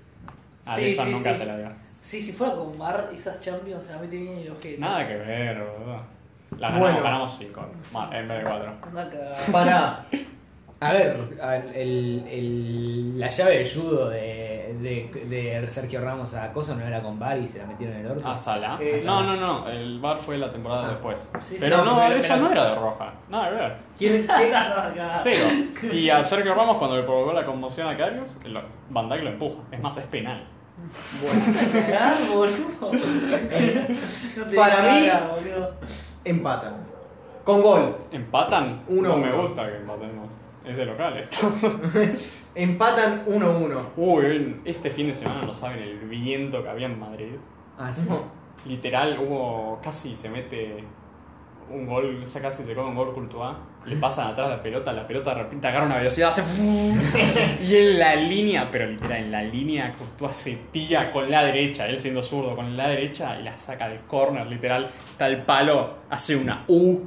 A: A
C: Sí,
A: Allison
C: sí,
A: nunca
C: sí.
A: se la dio.
C: Sí, si fuera con Mar, esas Champions se la mete bien en el ojete.
A: Nada que ver, boludo. La ganamos,
D: Bueno.
A: ganamos 5 en vez de 4.
C: Anda a cagar.
D: Pará.
B: A ver, a ver, el- el- la llave de judo de, de- de Sergio Ramos a Cosa no era con Bar y se la metieron en el orto.
A: ¿A Sala?
D: Eh,
A: no, no, no. El bar fue la temporada
B: Ah.
A: después.
C: Sí, sí,
A: pero
C: no,
A: no,
C: pero-
A: eso
C: pero-
A: no era de roja. Nada que ver.
D: ¿Quién, quién-
C: Anda a cagar.
A: Cero. Y a Sergio Ramos, cuando le provocó la conmoción a Carius, el- Van Dijk lo empuja. Es más, es penal.
C: Cagar, boludo. No te
D: Para mí-
C: cagas, boludo.
D: Empatan. Con gol.
A: ¿Empatan?
D: Uno
A: no
D: a
A: me
D: uno.
A: gusta que empatemos. Es de local esto.
D: Empatan 1-1.
A: Uy, este fin de semana no saben el viento que había en Madrid.
B: Ah, sí.
A: Literal, hubo. casi se mete un gol, o sea, casi se come un gol Courtois. Le pasan atrás la pelota, la pelota de repente agarra una velocidad, hace. Y en la línea, pero literal, en la línea, Courtois se tira con la derecha, él siendo zurdo, con la derecha y la saca del córner, literal, tal palo, hace una U.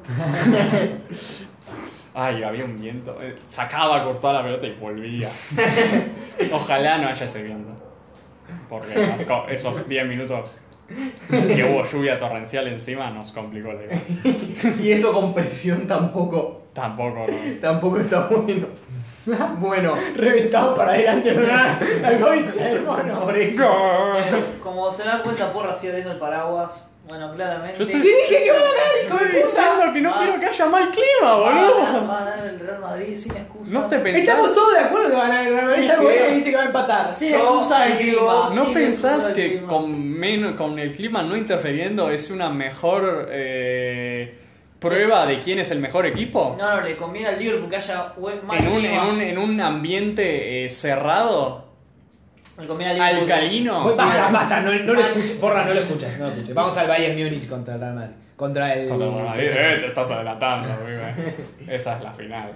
A: Ay, había un viento. eh, Sacaba Courtois la pelota y volvía. Ojalá no haya ese viento. Porque marcó esos 10 minutos que hubo lluvia torrencial encima nos complicó el gol.
D: Y eso con presión tampoco.
A: Tampoco, no.
D: Tampoco está bueno. Bueno,
B: Reventado para adelante, ¿verdad? Al goicha del mono.
D: por eso.
C: Bueno, Como se dan cuenta, porra hacía abriendo el paraguas. Bueno, claramente.
A: Yo estoy-
B: Sí, dije que va a ganar, hijo de puta.
A: que
C: no quiero que
A: haya mal clima,
C: Va a ganar- Ah, va a ganar el Real Madrid sin excusa.
A: No te pensás.
B: Estamos todos de acuerdo que va a ganar el Real Madrid.
D: Sí,
B: salvo
D: sí.
B: ese que dice que va a empatar.
C: Sin
D: Yo
C: excusa del
D: digo-
C: clima.
A: ¿No
C: sin
A: pensás
C: excusa del
A: que
C: clima.
A: con, menos, con el clima no interfiriendo es una mejor eh, prueba de quién es el mejor equipo?
C: No, no, le conviene al Liverpool que haya buen mal
A: en, un, en,
C: clima.
A: un, en un ambiente eh, cerrado,
C: Le conviene al Liverpool.
B: Voy-
A: alcalino.
B: Basta, basta, no, no lo escuches, porra, no lo escuchas, no lo escuches. Vamos al Bayern Múnich contra el Real Madrid. Contra el.
A: Contra el Real Madrid. Eh, te estás adelantando, vive. Esa es la final.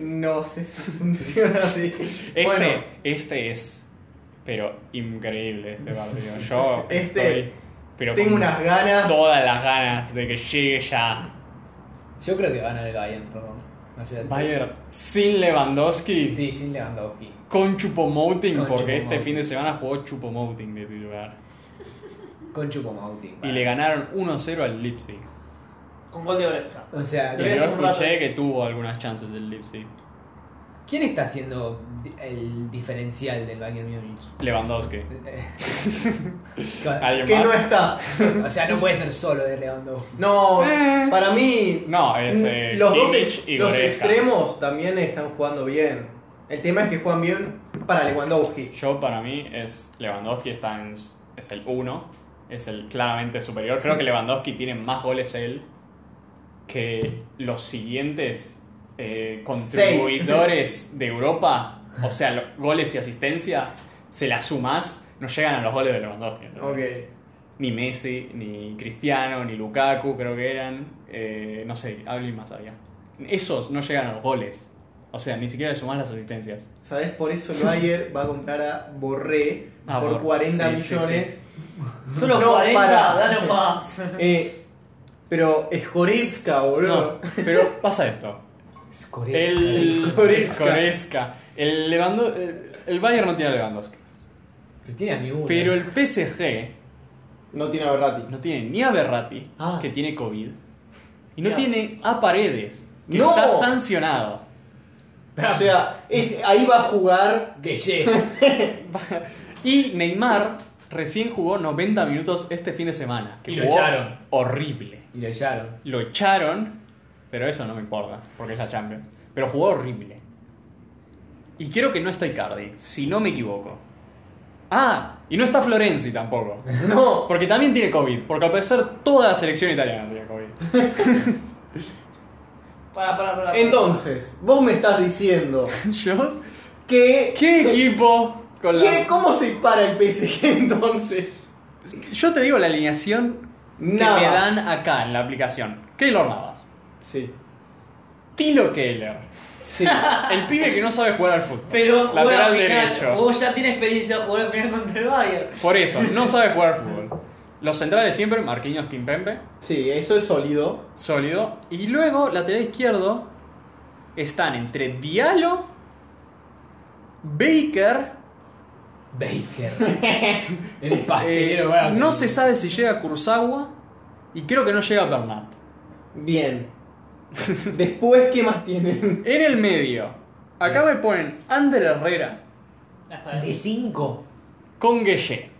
D: No sé si funciona así.
A: Este,
D: Bueno,
A: este es, pero increíble este partido. Yo
D: Este,
A: estoy, pero
D: tengo
A: con
D: unas ganas.
A: todas las ganas de que llegue ya.
B: Yo creo que va a ganar el Bayern, perdón. No sé,
A: Bayern sin Lewandowski,
B: Sí, sin Lewandowski.
A: con Chupomoting,
B: Con
A: porque este
B: Choupo-Moting.
A: fin de semana jugó Chupomoting de titular.
B: Con Chupomauti.
A: Y le ganaron 1-0 al Leipzig.
C: Con gol de Oreja.
B: O sea,
A: Y yo
C: Pero es un
A: escuché
C: rato.
A: que tuvo algunas chances el Leipzig.
B: ¿quién está haciendo el diferencial del Bayern Múnich?
A: Lewandowski.
B: Eh,
A: ¿Alguien
D: Que
A: más?
D: no está.
B: o sea, no puede ser solo de Lewandowski.
D: No,
A: Eh.
D: para mí. mm,
A: No, es eh,
D: los dos,
A: Kimmich y
D: los
A: Goretzka.
D: extremos también están jugando bien. El tema es que juegan bien para Lewandowski.
A: Yo para mí es Lewandowski está en, es el 1, es el claramente superior. Creo que Lewandowski tiene más goles él que los siguientes eh, contribuidores de Europa. O sea, los goles y asistencia, se las sumás, no llegan a los goles de Lewandowski.
D: Ok.
A: ¿entendés? Ni Messi, ni Cristiano, ni Lukaku creo que eran. eh, no sé, alguien más había. Esos no llegan a los goles. O sea, ni siquiera le sumás las asistencias.
D: ¿Sabes? Por eso el Bayern va a comprar a Borré
A: Ah,
D: por
A: Borré.
D: 40
A: Sí, sí,
D: millones.
C: Solo
D: No,
C: 40,
D: para.
C: dale más.
D: Eh, pero Skoritska,
A: No,
D: boludo.
A: pero pasa esto.
B: Es Corea.
A: El
D: Goretzka.
A: Goretzka. El, Lewando- el, el Bayern no tiene a Lewandowski.
B: Pero tiene a Müller.
A: Pero el PSG
D: No, tiene a Berratti.
A: no tiene ni a Berratti,
D: Ah.
A: que tiene COVID, y no
C: Ya.
A: tiene a Paredes, que
D: No.
A: está sancionado.
D: O sea, es- ahí va a jugar.
B: Que ye.
A: Y Neymar recién jugó 90 minutos este fin de semana. Que
B: Y lo
A: jugó
B: echaron.
A: Horrible.
B: Y lo echaron.
A: Lo echaron, pero eso no me importa, porque es la Champions. Pero jugó horrible. Y creo que no está Icardi, si no me equivoco. Ah, y no está Florenzi tampoco.
D: No.
A: Porque también tiene COVID, porque al parecer toda la selección italiana tiene COVID.
C: Para, para, para.
D: Entonces, vos me estás diciendo
A: ¿Yo?
D: que.
A: ¿Qué equipo con la-
D: ¿Qué- ¿Cómo se para el PSG entonces?
A: Yo te digo la alineación que me
D: Nada.
A: dan acá en la aplicación. Keylor Navas.
D: Sí.
A: Tilo Keller.
D: Sí.
A: El pibe que no sabe jugar al fútbol.
C: Pero jugó la
A: lateral
C: final.
A: derecho.
C: Jugó ya tiene experiencia de jugar la final contra el Bayern.
A: Por eso, no sabe jugar al fútbol. Los centrales siempre, Marquinhos Kimpembe,
D: Sí, eso es sólido.
A: sólido. Y luego, lateral izquierdo, están entre Diallo, Baker.
B: Baker. El
A: eh,
B: pastelero, Ah, bueno,
A: no se sabe si llega Kurzawa. Y creo que no llega Bernat.
D: Bien. Después, ¿qué más tienen?
A: En el medio, acá me ponen Ander Herrera
C: Ya está
B: De
C: bien.
B: 5.
A: con Gueye.
B: Qué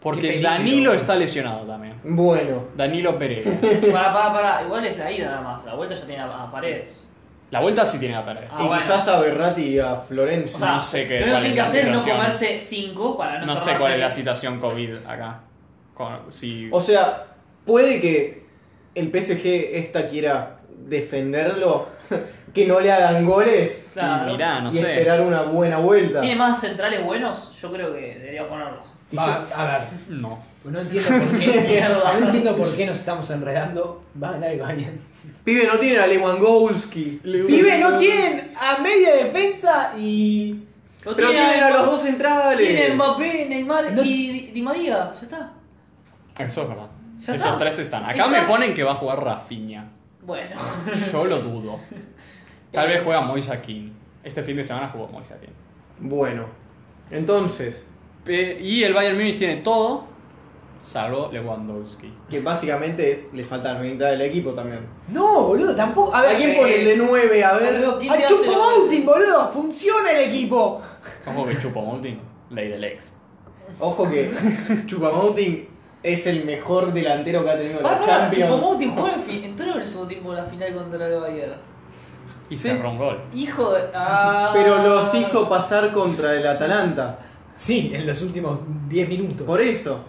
A: Porque
B: peligro,
A: Danilo
B: bro.
A: está lesionado también.
D: Bueno.
A: Danilo Pereira.
C: Para, para, para. Igual es la ida nada más. La vuelta ya tiene a, a paredes.
A: La vuelta sí tiene la perder.
C: Ah,
D: y
C: bueno.
D: quizás a Berratti y a Florencia.
C: O sea,
A: No sé qué-
C: lo
A: cuál
C: único que hay
A: es
C: que
A: la
C: hacer es no
A: situación.
C: comerse 5 para Ah, no
A: No sé
C: cerrarse.
A: cuál es la citación COVID acá. Con- si-
D: O sea, puede que el PSG esta quiera defenderlo, que no le hagan goles
C: Claro.
A: mirá, no
D: y
A: sé.
D: esperar una buena vuelta.
C: ¿Tiene más centrales buenos? Yo creo que debería ponerlos.
D: Y
B: Va,
D: se-
B: a ver,
A: No.
B: pues no entiendo por qué. mierda, no entiendo por qué nos estamos enredando. Va a ganar el Bayern.
D: Pibe, no tiene a Lewandowski.
B: Pibe, no tienen a media defensa y.
C: Lo
D: Pero
C: tiene
D: tienen a los dos centrales.
C: Tiene Mbappé, Neymar
B: No-
C: y Di- Di María. Ya está.
A: Eso es verdad.
C: Ya
A: Esos
C: está.
A: tres están. Acá
C: Está.
A: me ponen que va a jugar Rafinha.
C: Bueno.
A: Yo lo dudo. Tal vez juega Moise Kean. Este fin de semana jugó Moise Kean.
D: Bueno, entonces,
A: Pe- Y el Bayern Munich tiene todo, salvo Lewandowski.
D: que básicamente es, le falta la mitad del equipo también.
B: No, boludo, tampoco. A
D: ¿A
B: ver,
D: quién ponen de nueve? A ver.
C: Boludo, ¿quién te
B: ¡A
C: hace
B: Chupo
C: la-
B: Mountain, boludo! ¡Funciona el equipo!
A: Ojo que Chupo Mountain, ley del ex.
D: Ojo que Chupamoutin es el mejor delantero que ha tenido la
C: Pará, pará,
D: Champions.
C: Chupamoting jugó en fin- entró en el segundo tiempo de la final contra el Bayern.
A: Y cerró un gol.
C: Hijo de. Ah.
D: Pero los hizo pasar contra el Atalanta.
B: Sí, en los últimos 10 minutos.
D: Por eso.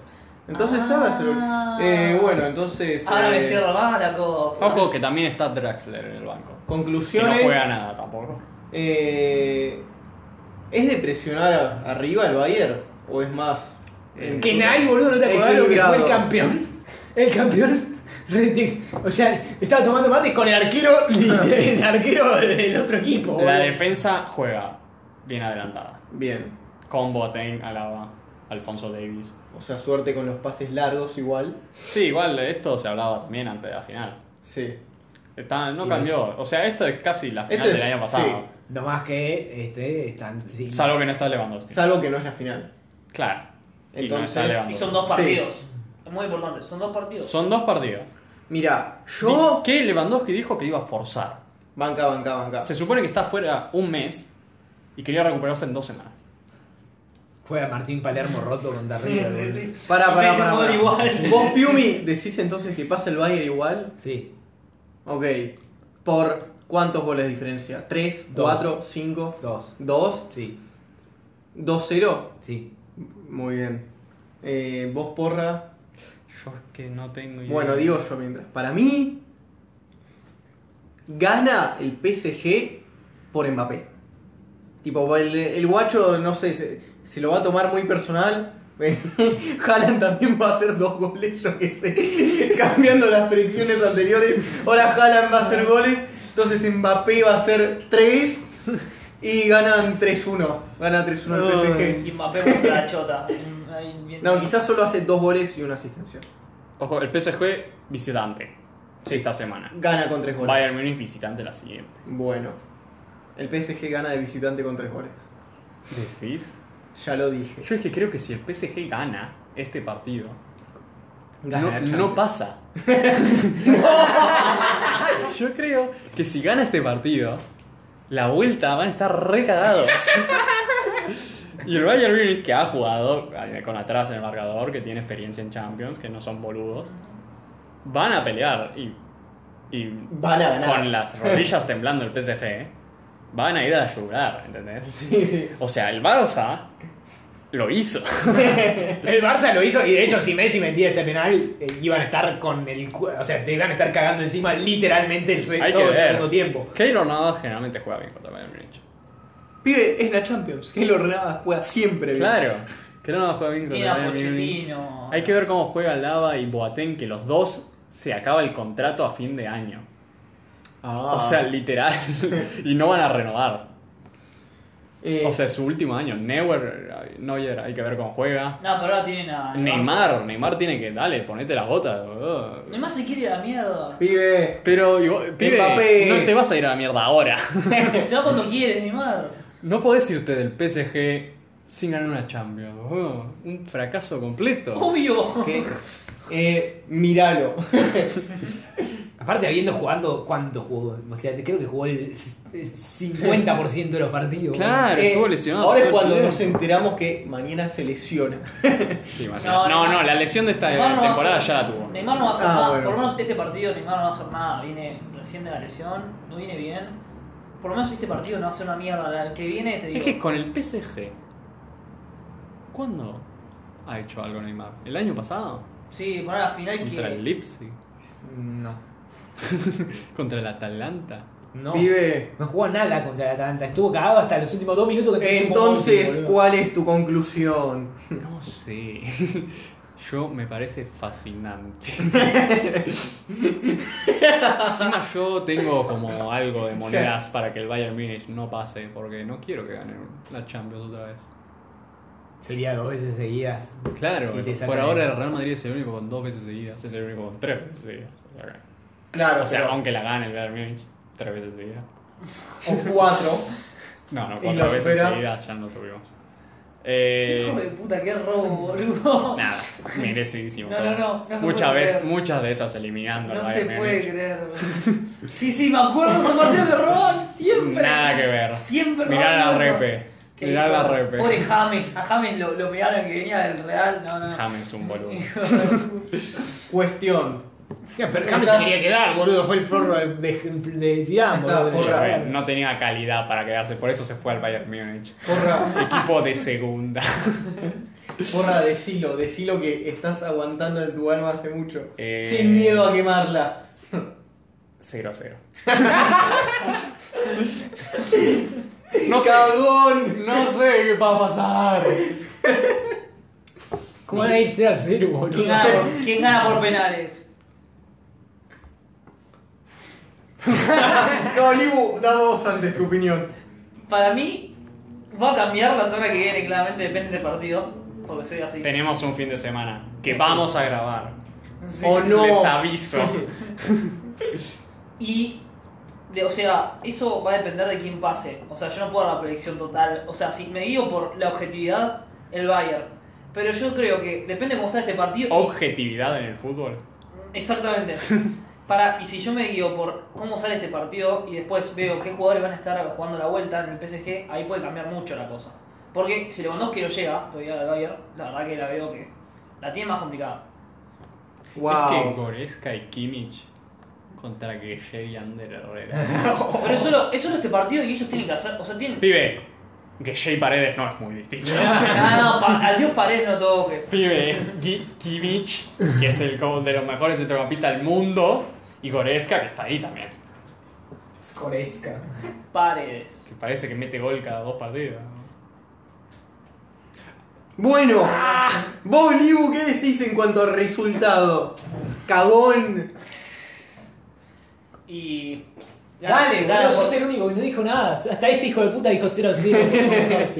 D: Entonces
C: Ah.
D: hágaselo. Eh, bueno, entonces.
C: Ahora
D: eh,
C: me cierra más la cosa.
A: Ojo que también está Draxler en el banco. Que no
D: Conclusiones.
A: juega nada tampoco.
D: eh, ¿Es de presionar a- arriba el Bayern? ¿O es más? en-
B: Que nadie, boludo, no te acordás lo que fue el
D: Eh, Equilibrado.
B: campeón. El campeón. Retex. O sea, estaba tomando mates con el arquero el arquero del otro equipo. boludo.
A: La defensa juega bien adelantada.
D: Bien.
A: Con Boateng, Alaba, Alfonso Davis.
D: O sea, suerte con los pases largos igual.
A: Sí, igual esto se hablaba también antes de la final.
D: Sí.
A: Está- no
B: Y
A: cambió. O sea, esta es casi la final
D: Este
A: del
D: es-
A: año pasado.
B: No más que este están sí.
A: Salvo que no está Lewandowski.
D: Salvo que no es la final.
A: claro. y no
D: Entonces-
A: está
C: Y
A: Lewandowski.
C: son dos
D: Sí.
C: partidos. Es muy importante, son dos partidos.
A: Son dos partidos.
D: Mira, yo.
A: Que Lewandowski dijo que iba a forzar.
D: Banca, banca, banca.
A: Se supone que está fuera un mes y quería recuperarse en dos semanas.
B: Juega Martín Palermo roto contra
C: Sí,
B: River.
C: sí,
B: boludo.
C: sí.
D: Para, para,
C: Mete
D: para.
C: gol igual.
D: Vos, Piumi, decís entonces que pasa el Bayern igual.
B: Sí.
D: Ok. ¿Por cuántos goles de diferencia? ¿3,
B: Dos.
D: 4, 5,
B: Dos.
D: 2,
B: Sí.
D: 2-0?
B: Sí.
D: Muy bien. Eh, vos, Porra.
A: Yo es que no tengo idea.
D: Bueno, digo yo mientras. Para mí, gana el PSG por Mbappé. Tipo, el, el guacho, no sé, se, se lo va a tomar muy personal. Haaland también va a hacer dos goles, yo qué sé. Cambiando las predicciones anteriores, ahora Haaland va a hacer goles. Entonces Mbappé va a hacer tres. Y ganan 3-1. Gana 3-1 el PSG.
C: Y Mbappé contra la chota. Mm, ahí bien.
D: No, quizás solo hace dos goles y una asistencia.
A: Ojo, el PSG visitante esta semana.
D: Gana con tres goles.
A: Bayern Munich visitante la siguiente.
D: Bueno, el PSG gana de visitante con tres goles.
A: ¿Decís?
D: Ya lo dije.
A: Yo es que creo que si el PSG gana este partido,
D: Gana la
A: no,
D: Champions.
A: no pasa. Yo creo que si gana este partido, la vuelta van a estar recagados. Y el Bayern Munich que ha jugado eh, con atrás en el marcador, que tiene experiencia en Champions, que no son boludos, van a pelear y, y
D: Van a ganar.
A: con las rodillas temblando el PSG, van a ir a ayudar, ¿entendés? O sea, el Barça lo hizo.
B: El Barça lo hizo y de hecho si Messi metía ese penal eh, iban a estar con el cu- o sea, te iban a estar cagando encima literalmente el re-
A: Hay
B: todo
A: que
B: el
A: ver.
B: segundo tiempo.
A: Keylor Navas generalmente juega bien contra Bayern Múnich.
D: Pibe, es la Champions. Él ordenaba, juega siempre. bien.
A: Claro. Keylor Navas juega bien
C: Tiene a
A: contra Bayern Múnich.
C: Pochettino.
A: Hay que ver cómo juega Lava y Boateng, que los dos se acaba el contrato a fin de año.
D: Ah.
A: O sea, literal. y no van a renovar.
D: Eh,
A: O sea, es su último año. Neuer, Neuer, hay que ver cómo juega.
C: No, pero ahora tienen a.
A: Neymar, Neymar tiene que, dale, ponete las botas. boludo.
C: Neymar se quiere ir a la mierda.
D: pibe.
A: Pero, igual- pibe,
D: Mbappé.
A: no te vas a ir a la mierda ahora.
C: se va cuando quiere, Neymar.
A: No podés irte del PSG sin ganar una Champions. boludo. un fracaso completo.
D: Oh,
C: Obvio.
D: ¿Qué? Eh, míralo.
B: Aparte habiendo jugando cuánto jugó, o sea, creo que jugó el c- 50% de los partidos.
A: Claro,
D: Eh,
A: estuvo lesionado.
D: Ahora es
A: todo el
D: cuando
A: tiempo.
D: nos enteramos que mañana se lesiona.
A: Sí, imagínate.
C: No,
A: no, no,
C: Neymar-
A: la lesión de esta
C: Neymar no va a
A: temporada
C: hacer-
A: ya la tuvo.
C: Neymar no va a hacer
D: Ah,
C: nada.
D: bueno.
C: Por lo menos este partido Neymar no va a hacer nada. Viene recién de la lesión, no viene bien. Por lo menos este partido no va a ser una mierda. El que viene te digo.
A: Es que con el PSG, ¿cuándo ha hecho algo Neymar? ¿El año pasado?
C: Sí, poner la final
A: ¿Contra el
C: que.
A: Leipzig?
B: No.
A: ¿Contra el Atalanta?
B: No.
D: Pibe.
B: No jugó nada contra la Atalanta, estuvo cagado hasta los últimos dos minutos que te chupó Monti,
D: Entonces,
B: boludo.
D: ¿cuál es tu conclusión?
A: No sé. Yo me parece fascinante. Encima yo tengo como algo de monedas para que el Bayern Múnich no pase, porque no quiero que ganen las Champions otra vez.
B: sería dos veces seguidas.
A: Claro,
B: Y te
A: por
B: sacan
A: ahora
B: el-
A: el Real Madrid es el único con dos veces seguidas, es el único con tres veces seguidas. O sea,
D: Claro,
A: O sea,
D: pero-
A: aunque la gane el Bayern Múnich, tres veces seguidas.
D: o cuatro.
A: No, no,
D: Y
A: cuatro
D: lo
A: veces
D: supera.
A: seguidas ya no tuvimos.
C: Qué Hijo de
A: Eh,
C: puta, qué robo, boludo.
A: nada, merecidísimo.
C: No,
A: todo.
C: no, no, no se
A: muchas,
C: puede
A: veces,
C: creer.
A: muchas de esas eliminando al
C: No se
A: Bayern
C: puede
A: Múnich.
C: creer. Sí, sí, me acuerdo de ese partido que roban siempre.
A: Nada que ver.
C: Siempre
A: Mirá la
C: roban esos.
A: repe.
C: Qué
A: Mirá
C: hijo
A: la
C: de-
A: repe.
C: Pobre James, a James lo, lo pegaron que venía del Real. No, no, no.
A: James un boludo.
C: Hijo de puta.
D: Cuestión.
B: Ya, pero James se quería quedar, boludo, fue el forro de, de, de Zidane,
D: Está,
B: boludo.
D: porra.
A: Pero, eh, No tenía calidad para quedarse, por eso se fue al Bayern Múnich.
D: Porra,
A: Equipo de segunda.
D: porra, decilo, decilo que estás aguantando en tu alma hace mucho.
A: Eh.
D: Sin miedo a quemarla.
A: 0-0. No sé.
D: ¡Cagón!
A: No sé qué va a pasar.
B: ¿Cómo van a ir 0 a 0, boludo?
C: ¿Quién, gana por, quién gana por penales?
D: No, Libu, da vos antes tu opinión.
C: Para mí, va a cambiar la semana que viene, claramente depende del partido. Porque soy así.
A: Tenemos un fin de semana que vamos a grabar.
C: Sí.
D: O no.
A: Les aviso.
C: Y, de- o sea, eso va a depender de quién pase. O sea, yo no puedo dar una predicción total. O sea, si me guío por la objetividad, el Bayern. Pero yo creo que depende cómo sea este partido. y-
A: Objetividad en el fútbol.
C: exactamente. Para, y si yo me guío por cómo sale este partido y después veo qué jugadores van a estar jugando la vuelta en el PSG, ahí puede cambiar mucho la cosa. Porque si Lewandowski no llega todavía al Bayern, la verdad que la veo que la tiene más complicada.
A: Es que Goretzka y Kimmich contra que y Ander Herrera.
C: Pero es solo, es solo este partido y ellos tienen que hacer. O sea, tienen.
A: Pibe, Gueye y Paredes no es muy distinto.
C: Ah, no, pa- al Dios Paredes no toques.
A: Pibe, Ki- Kimmich, que es el como de los mejores centrocampistas del mundo, y Goretzka, que está ahí también.
B: Skoretska.
C: Paredes.
A: Que parece que mete gol cada dos partidos.
D: Bueno,
A: Ah.
D: vos, Libu, ¿qué decís en cuanto al resultado? ¡Cagón!
C: Y.
B: Dale,
C: gana
B: boludo,
C: por-
B: sos el único que no dijo nada. Hasta este hijo de puta dijo 0 a 0.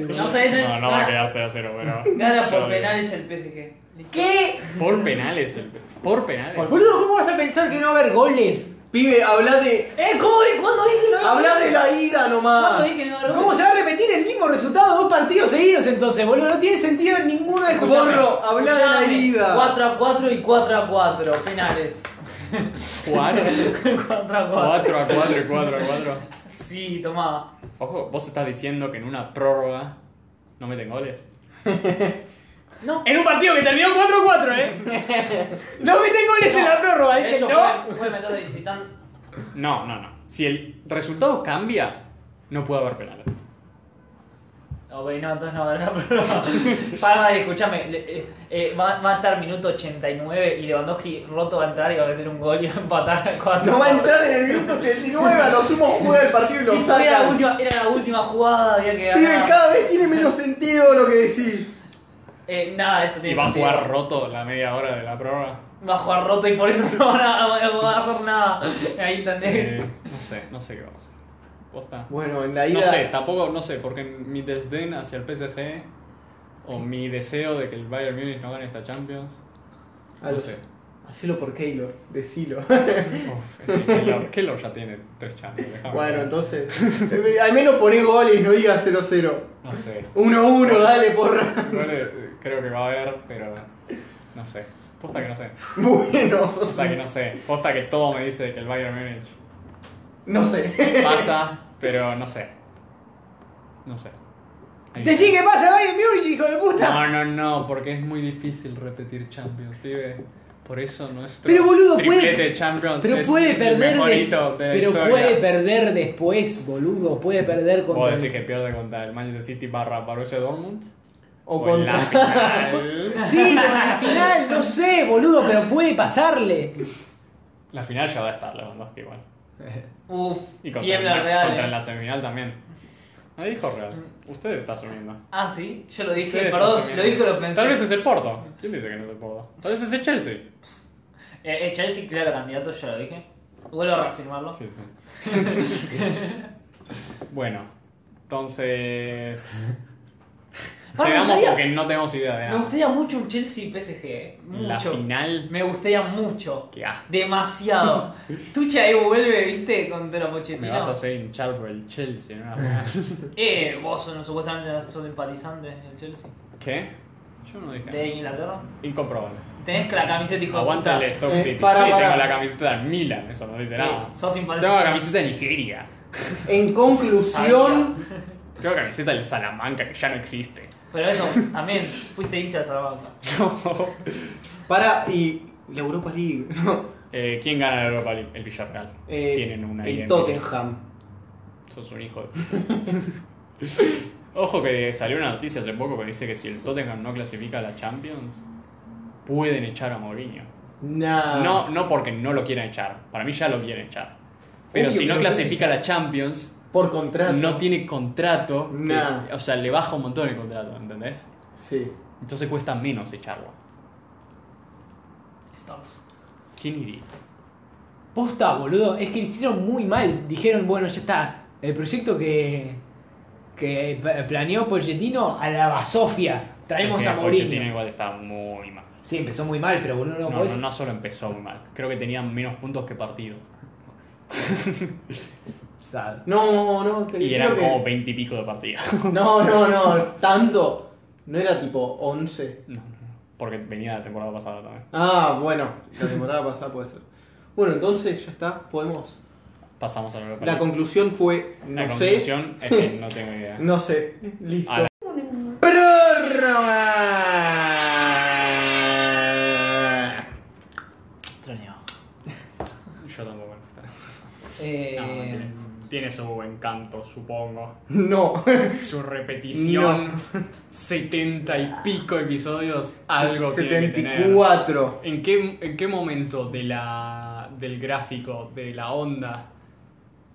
C: No, está bien,
A: No, no va a
C: gana-
A: quedarse a cero, pero.
C: Gana
A: yo
C: por
A: lo digo.
C: penales el PSG.
B: ¿Qué?
A: Por penales, el- por penales.
B: Boludo, ¿cómo vas a pensar que no va a haber goles?
D: Pibe, habla de.
C: ¡Eh! ¿Cómo dije? ¿Cuándo dije no?
D: Habla de la ida
C: ¿Cuándo
D: nomás.
C: dije no?
B: ¿Cómo se va a repetir el mismo resultado dos partidos seguidos entonces, boludo? No tiene sentido en ninguno de estos
D: Forro, habla de la ida.
C: 4 a 4 y 4 a 4. Penales.
A: Jugar
C: 4 a 4.
A: 4 a 4 y 4 a 4.
C: Sí, tomá.
A: Ojo, vos estás diciendo que en una prórroga no meten goles.
C: No.
B: En un partido que terminó 4 a 4, ¿eh? No meten goles en la prórroga,
C: De
B: dice,
C: hecho,
B: ¿no?
C: fue, fue meter de visitante.
A: No, no, no. Si el resultado cambia, no puede haber penales.
C: Ok. Ok, no, entonces no valdrá la prueba. Parra, escúchame. le- eh, eh, va, va a estar minuto 89 y Lewandowski roto va a entrar y va a meter un gol y va a empatar. cuatro.
D: No va a entrar en el minuto 89, a lo sumo juega el partido y lo
C: Sí, era, la
D: saca.
C: última, era la última jugada, había que
D: Pibe,
C: ganar.
D: cada vez tiene menos sentido lo que decís.
C: Eh, nada, esto
A: Y
C: tiene
A: va a
C: sentido.
A: jugar roto la media hora de la prórroga.
C: Va a jugar roto y por eso no van a, no van a hacer nada. Ahí entendés.
A: Eh, no sé, no sé qué va a pasar. Posta.
D: Bueno, en la ida.
A: No sé, tampoco, no sé, porque mi desdén hacia el PSG o mi deseo de que el Bayern Múnich no gane esta Champions.
D: Ah,
A: No
D: lo
A: sé.
D: sé. Hacelo por Keylor, decilo.
A: Uf, es que Keylor, Keylor ya tiene tres Champions. déjame
D: bueno,
A: ver.
D: entonces. eh, Al menos poné goles, no digas 0-0.
A: No sé.
D: 1-1, dale, porra.
A: Igual, creo que va a haber, pero no sé. Posta que no sé.
D: Bueno, sos-
A: Posta que no sé. Posta que todo me dice que el Bayern Múnich
D: no sé.
A: pasa, pero no sé. No sé. Ahí.
B: Decí que pasa Bayern Múnich, hijo de puta.
A: No, no, no, porque es muy difícil repetir Champions, pibe. Por eso nuestro
B: Pero, boludo, puede-
A: triplete de Champions
B: Pero
A: es
B: puede
A: el
B: perder
A: mejor
B: de-
A: hito de la
B: Pero
A: historia.
B: puede perder después, boludo. Puede perder
A: Puedo
B: contra.
A: decir que pierde contra el Manchester City barra Borussia Dortmund.
D: O
A: en la
D: contra.
A: final.
B: Sí, pero en la final, no sé, boludo, pero puede pasarle.
A: La final ya va a estar Lewandowski igual.
C: Uf,
A: Y contra,
C: tiembla
A: el-
C: real.
A: contra
C: eh.
A: la semifinal también. No dijo real. Usted está asumiendo.
C: Ah, sí, yo lo dije,
A: Usted está
C: perdón,
A: asumiendo.
C: lo dije lo pensé.
A: Tal vez es el Porto. ¿Quién dice que no es el Porto? Tal vez es el Chelsea.
C: Eh, eh, Chelsea, claro, candidato, yo lo dije. Vuelvo a reafirmarlo.
A: Sí, sí. bueno, entonces.
C: Ah, me
A: Quedamos
C: gustaría-
A: porque no tenemos idea de
C: Me
A: nada.
C: gustaría mucho un Chelsea PSG, eh, mucho.
A: La final.
C: Me gustaría mucho.
A: Qué asco.
C: Demasiado. Tucha ahí vuelve, viste, contra Pochettino.
A: Me vas a hacer hinchar por el Chelsea en una final.
C: Eh, vos son- supuestamente sos empatizante del Chelsea.
A: ¿Qué? Yo no dije.
C: De
A: nada.
C: Inglaterra.
A: Incomprobable.
C: Tenés que la camiseta hijo de
A: Aguanta el
C: puta.
A: Stoke
D: Eh,
A: City.
D: para,
A: sí,
D: para.
A: tengo la camiseta del Milan, eso no dice nada.
C: Eh, sos simpatizante.
A: Tengo la camiseta de Nigeria.
D: En conclusión,
A: Tengo la camiseta del Salamanca, que ya no existe.
C: Pero eso, también fuiste hincha de Salamanca.
A: No.
D: para. Y la Europa League. No.
A: Eh, ¿Quién gana la Europa League? El Villarreal.
D: Eh,
A: Tienen una ahí
D: El
A: en-
D: Tottenham.
A: Sos un hijo de... Ojo que salió una noticia hace poco que dice que si el Tottenham no clasifica a la Champions, pueden echar a Mourinho.
D: Nah.
A: No, no porque no lo quieran echar, para mí ya lo quieren echar. Pero
D: Obvio
A: si
D: que
A: no
D: lo
A: clasifica a la Champions,
D: Por contrato.
A: no tiene contrato, que-
D: Nah.
A: o sea, le baja un montón el contrato, ¿entendés?
D: Sí.
A: Entonces cuesta menos echarlo.
C: Estamos.
A: ¿Quién iría?
B: Posta, boludo. Es que hicieron muy mal. Dijeron, bueno, ya está. El proyecto que. que pa- planeó Pochettino a la basofia. Traemos
A: Porque
B: a Mourinho.
A: Pochettino igual está muy mal.
B: Sí, empezó muy mal, pero boludo, no,
A: No,
D: pues.
B: podés-
A: no, no solo empezó muy mal, creo que tenían menos puntos que partidos.
B: Sad.
D: No, no, te
A: Y
D: creo
A: eran
D: que-
A: como veintipico de partidos.
D: No, no, no, tanto. No era tipo 11.
A: No, no, no, porque venía la temporada pasada también.
D: Ah, bueno, la temporada pasada puede ser. Bueno, entonces ya está, podemos.
A: Pasamos a la Europa
D: La
A: League.
D: conclusión fue, no
A: La
D: sé,
A: conclusión es que no tengo idea.
D: no sé, listo.
A: A la-
D: ¡Prórroga!
C: Extraño.
A: Yo tampoco me gusta.
B: Eh,
A: No, mentira. tiene su encanto, supongo.
D: No,
A: Su repetición. 70 y pico episodios. Algo tiene que tener.
D: 74.
A: ¿En qué, ¿En qué momento de la, del gráfico, de la onda,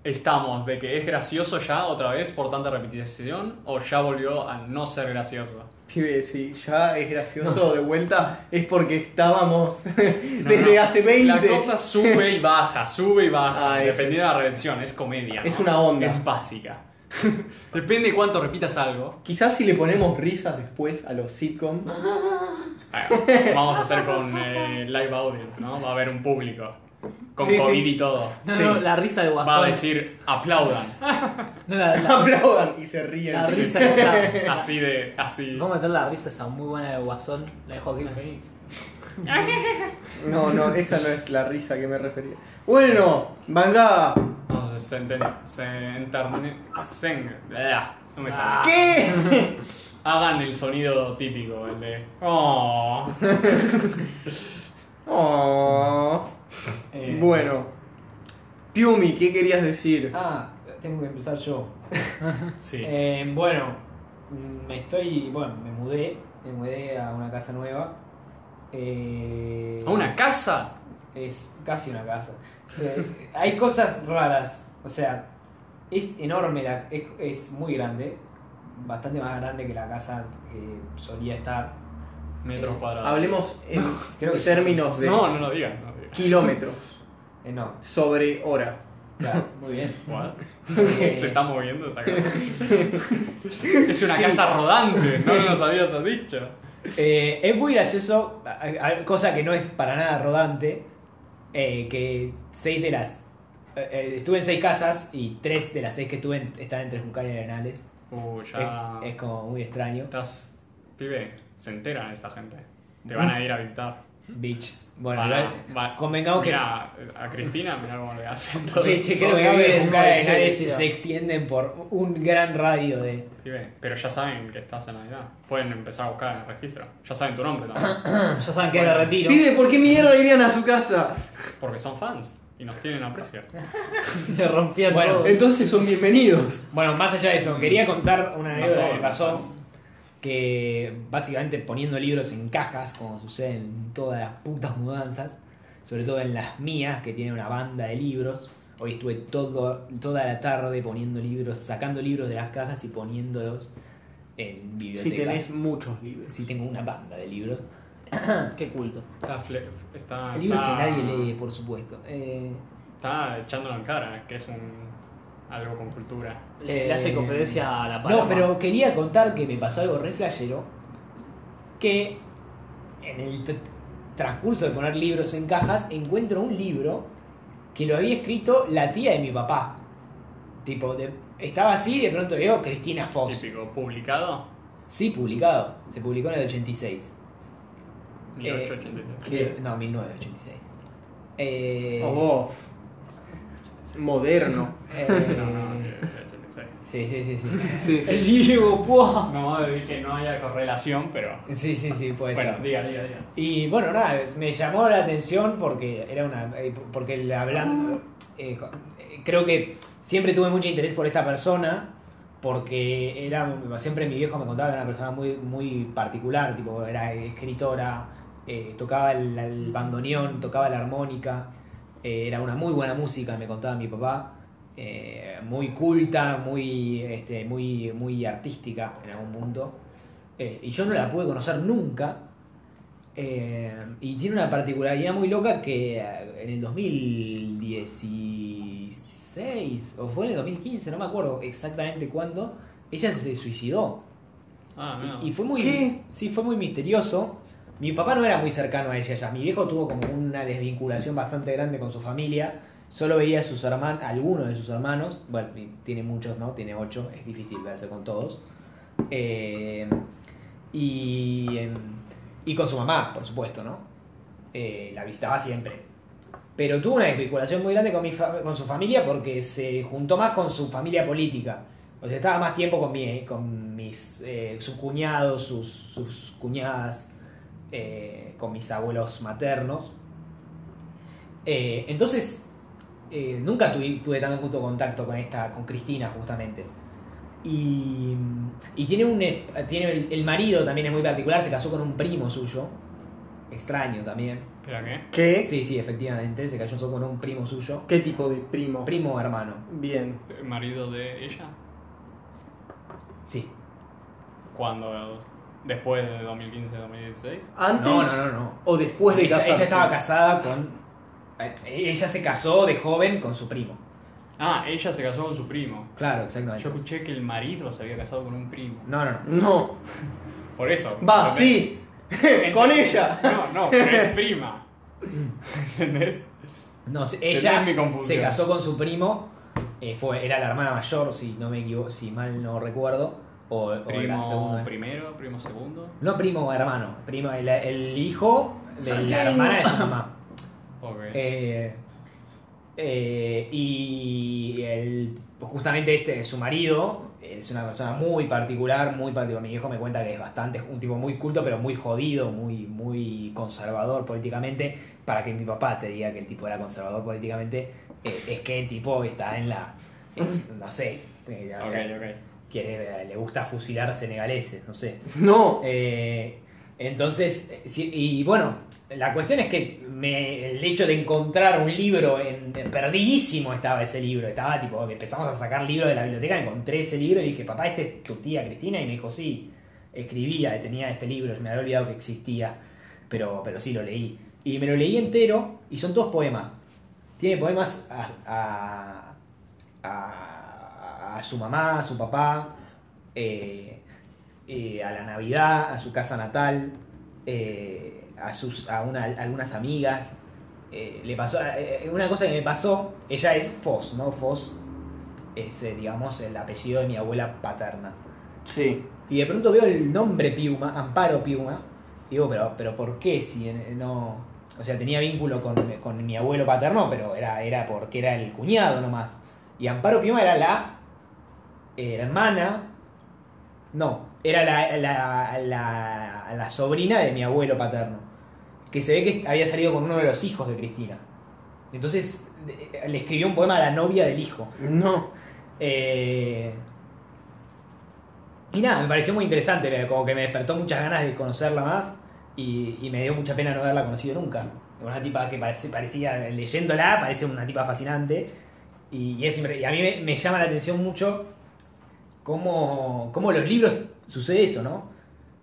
A: estamos? ¿De que es gracioso ya otra vez por tanta repetición? ¿O ya volvió a no ser gracioso?
D: Pibe, si ya es gracioso de vuelta, es porque estábamos
A: No,
D: desde
A: no.
D: hace 20.
A: La cosa sube y baja, sube y baja.
D: Ah, es-
A: dependiendo de la redención, es comedia. ¿no?
D: Es una onda.
A: Es básica. Depende de cuánto repitas algo.
D: Quizás si le ponemos risas después a los sitcom.
A: Ah, Vamos a hacer con eh, live audience, ¿no? Va a haber un público. Con
D: Sí, sí.
A: COVID y todo.
C: No,
D: Sí.
C: no, la risa de
A: Va a
C: Guasón.
A: decir, aplaudan.
C: No, la, la,
D: Aplaudan y se ríen.
C: la risa de Sam.
A: Así de. Así.
C: Vamos a meter la risa esa muy buena de Guasón, la de Joaquín Phoenix.
D: No, no, esa no es la risa que me refería. Bueno, Vanga.
A: Vamos a se enten- se enterne- sen- blah, No me sale.
D: Ah. ¿Qué?
A: Hagan el sonido típico, el de. "Oh".
D: Oh,
A: Eh,
D: bueno. Piumi, ¿qué querías decir?
B: Ah, tengo que empezar yo.
A: Sí.
B: Eh, bueno, me estoy. Bueno, me mudé. Me mudé a una casa nueva. Eh,
A: ¿A una casa?
B: Es casi una casa. Eh, hay cosas raras. O sea, es enorme, la, es, es muy grande. Bastante más grande que la casa que solía estar.
A: Metros
B: Eh,
A: cuadrados.
D: Hablemos en
B: creo que sí.
D: términos de
A: No, no lo digas. No lo digas.
D: kilómetros
B: Eh, no,
D: sobre hora.
B: claro, muy bien.
A: What?
B: Eh,
A: Se está moviendo esta casa. es una
D: Sí.
A: casa rodante, no nos habías dicho.
B: Eh, es muy gracioso, a- a- cosa que no es para nada rodante, eh, que seis de las... eh, eh, estuve en seis casas y tres de las seis que estuve en- están entre Juncal y Arenales.
A: Uh, ya.
B: Es, es como muy extraño.
A: Estás. Pibe, se enteran esta gente. Te van a ir a visitar.
B: Bitch. Bueno,
A: Para-
B: igual,
A: va-
B: convengamos que...
A: mirá, a Cristina, mirá cómo le hacen todo.
B: Che, che, creo
C: Son
B: que Gaby de
C: bien,
B: Juncal y
C: muy
B: Arenales se,
C: bien.
B: se extienden por un gran radio de...
A: Pibe, pero ya saben que estás en la edad. Pueden empezar a buscar en el registro. Ya saben tu nombre también.
C: Ya saben que es de retiro.
D: Pide, ¿por qué mierda irían a su casa?
A: Porque son fans y nos tienen aprecio.
C: Me rompían
B: Bueno,
C: todo.
D: Entonces son bienvenidos.
B: Bueno, más allá de eso, quería contar una
A: Mm. No
B: anécdota
A: todo,
B: que
A: no
B: pasó.
A: todos.
B: Que básicamente poniendo libros en cajas, como sucede en todas las putas mudanzas, sobre todo en las mías, que tienen una banda de libros. Hoy estuve todo, toda la tarde poniendo libros, sacando libros de las cajas y poniéndolos en
D: Si
B: bibliotecas.
D: tenés muchos libros.
B: Sí, tengo una banda de libros.
C: Qué culto.
A: Está, fle- está,
B: Libros que
A: está-
B: nadie lee, por supuesto. Eh,
A: Está echándolo en cara, que es un algo con cultura.
C: Le,
B: Eh,
C: le hace competencia a la palma.
B: No, pero quería contar que me pasó algo re flashero. Que en el tr- transcurso de poner libros en cajas, encuentro un libro que lo había escrito la tía de mi papá. Tipo, de- estaba así y de pronto veo Cristina Fox.
A: Típico, publicado
B: Sí, publicado. Se publicó en el 86.
D: Eh.
A: 1886.
D: ¿Qué?
B: Eh, No, 1986. Eh,
D: Oh, moderno.
B: eh,
A: No, no, 1886.
B: Sí, sí, sí, sí.
D: Sí, sí.
C: Diego,
D: Oh.
C: puah.
A: No, dije no haya correlación, pero.
B: Sí, sí, sí, puede
A: Bueno,
B: ser.
A: diga, diga, diga.
B: Y bueno, nada, es- me llamó la atención porque era una. eh, Porque el hablando. eh, jo- eh, creo que siempre tuve mucho interés por esta persona. Porque era. Siempre mi viejo me contaba que era una persona muy, muy particular. Tipo, era escritora, eh, tocaba el, el bandoneón, tocaba la armónica. eh, era una muy buena música, me contaba mi papá. eh, muy culta, muy, este, muy, muy artística en algún punto. Eh, y yo no la pude conocer nunca. Eh, y tiene una particularidad muy loca que eh, en el 2016, o fue en el 2015, no me acuerdo exactamente cuándo, ella se suicidó.
A: Ah, no.
B: Y fue muy,
D: ¿Qué?
B: sí, fue muy misterioso. Mi papá no era muy cercano a ella ya. Mi viejo tuvo como una desvinculación bastante grande con su familia. Solo veía a sus hermanos, algunos de sus hermanos. Bueno, y tiene muchos, ¿no? Tiene ocho. Es difícil verse con todos. Eh, y, em, y con su mamá, por supuesto, ¿no? Eh, la visitaba siempre. Pero tuvo una desvinculación muy grande con, mi fa- con su familia porque se juntó más con su familia política. O sea, estaba más tiempo con, mi, eh, con mis, eh, sus cuñados, sus, sus cuñadas, eh, con mis abuelos maternos. Eh, entonces, eh, nunca tuve, tuve tanto contacto con esta, con Cristina justamente. Y, y tiene un eh, tiene el, el marido también es muy particular, se casó con un primo suyo, extraño también.
A: ¿Pero qué?
D: ¿Qué?
B: Sí, sí, efectivamente, se casó con un primo suyo,
D: ¿Qué tipo de primo?
B: primo hermano.
D: Bien.
A: ¿Marido de ella?
B: Sí.
A: ¿Cuándo? ¿Después de 2015, 2016?
D: ¿Antes
B: No, no, no, no.
D: o después de
B: ella,
D: casarse?
B: ella estaba casada con. eh, Ella se casó de joven con su primo.
A: Ah, ella se casó con su primo.
B: Claro,
A: Yo
B: exactamente.
A: escuché que el marido se había casado con un primo.
B: No, no, no.
D: No.
A: Por eso.
D: Va,
A: ¿entendés?
D: sí.
A: Entonces-
D: Con ella.
A: No, no, pero es prima. ¿Entendés?
B: No, se- ella
A: Tenés mi confusión.
B: se casó con su primo. eh, fue, era la hermana mayor, si no me equivoco, si mal no recuerdo. O, o era
A: Primo
D: eh.
B: segunda.
A: primero, primo segundo.
B: No primo hermano. Primo, el, el hijo de la hermana de su mamá.
A: Ok.
B: Eh, eh, y el- justamente este, su marido, es una persona muy particular, muy particular. Mi viejo me cuenta que es bastante, un tipo muy culto, pero muy jodido, muy, muy conservador políticamente. Para que mi papá te diga que el tipo era conservador políticamente, eh, es que el tipo está en la, en- no sé, eh,
A: ok,
B: o sea,
A: ok.
B: quiere, le gusta fusilar senegaleses, no sé.
D: No.
B: Eh, entonces, eh, sí, y bueno, la cuestión es que me- el hecho de encontrar un libro, en, eh, perdidísimo estaba ese libro, estaba tipo, que empezamos a sacar libros de la biblioteca, encontré ese libro y dije, papá, ¿este es tu tía Cristina? Y me dijo, sí, escribía, tenía este libro, me había olvidado que existía, pero, pero sí lo leí. Y me lo leí entero y son todos poemas. Tiene poemas a, a, a- a su mamá, a su papá. eh, eh, a la Navidad, a su casa natal, eh, a, sus, a, una- algunas amigas. Eh, le pasó, eh, una cosa que me pasó, ella es Foss, ¿no? Foss es, eh, digamos, el apellido de mi abuela paterna.
D: Sí.
B: Y de pronto veo el nombre Piuma, Amparo Piuma, y digo, pero, pero ¿por qué si en- no...? O sea, tenía vínculo con, con mi abuelo paterno, pero era, era porque era el cuñado nomás. Y Amparo Piuma era la hermana... No, era la, la, la- la sobrina de mi abuelo paterno, que se ve que había salido con uno de los hijos de Cristina. Entonces eh, le escribió un poema a la novia del hijo.
D: No.
B: Eh, y nada, me pareció muy interesante, me- como que me despertó muchas ganas de conocerla más y, y me dio mucha pena no haberla conocido nunca. Una tipa que parece- parecía, leyéndola, parece una tipa fascinante y, y es impre- y a mí me, me llama la atención mucho cómo, cómo en los libros sucede eso, ¿no?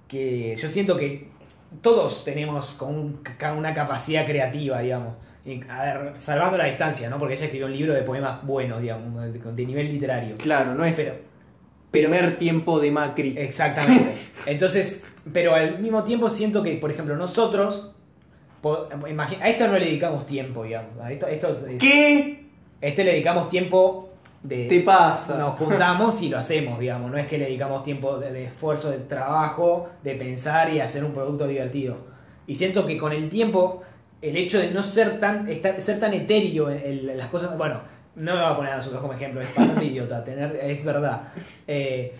B: Que yo siento que todos tenemos como un- ca- una capacidad creativa, digamos. Y, a ver, salvando la distancia, ¿no? Porque ella escribió un libro de poemas buenos, digamos, de, de nivel literario.
D: Claro, no es
B: Pero,
D: primer tiempo de Macri.
B: Exactamente. Entonces, pero al mismo tiempo siento que, por ejemplo, nosotros. po- imagi- A esto no le dedicamos tiempo, digamos. A esto, esto es-
D: ¿Qué
B: a este le dedicamos tiempo de.
D: te pasa?
B: nos juntamos y lo hacemos, digamos. No es que le dedicamos tiempo de, de esfuerzo, de trabajo, de pensar y hacer un producto divertido. Y siento que con el tiempo, el hecho de no ser tan, estar- ser tan etéreo en, en las cosas. Bueno, no me voy a poner a nosotros como ejemplo, es bastante idiota, tener, es verdad. Eh,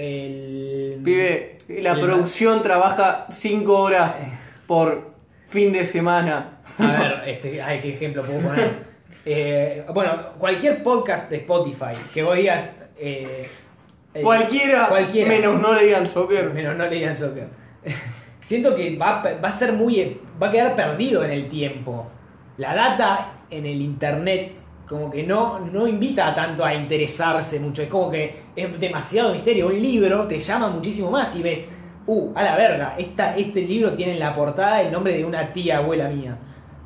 B: el-
D: Pibe, la
B: El-
D: producción trabaja 5 horas
B: Eh.
D: por fin de semana.
B: A ver, este, ay, qué ejemplo puedo poner. Eh, bueno, cualquier podcast de Spotify que vos digas. eh, eh,
D: cualquiera,
B: cualquiera.
D: menos no le digan soccer.
B: Menos no leían soccer. Siento que va, a- va a ser muy. va a quedar perdido en el tiempo. La data en el internet, como que no, no invita a tanto a interesarse mucho. Es como que es demasiado misterio. Un libro te llama muchísimo más y ves, uh, a la verga, esta, este libro tiene en la portada el nombre de una tía abuela mía.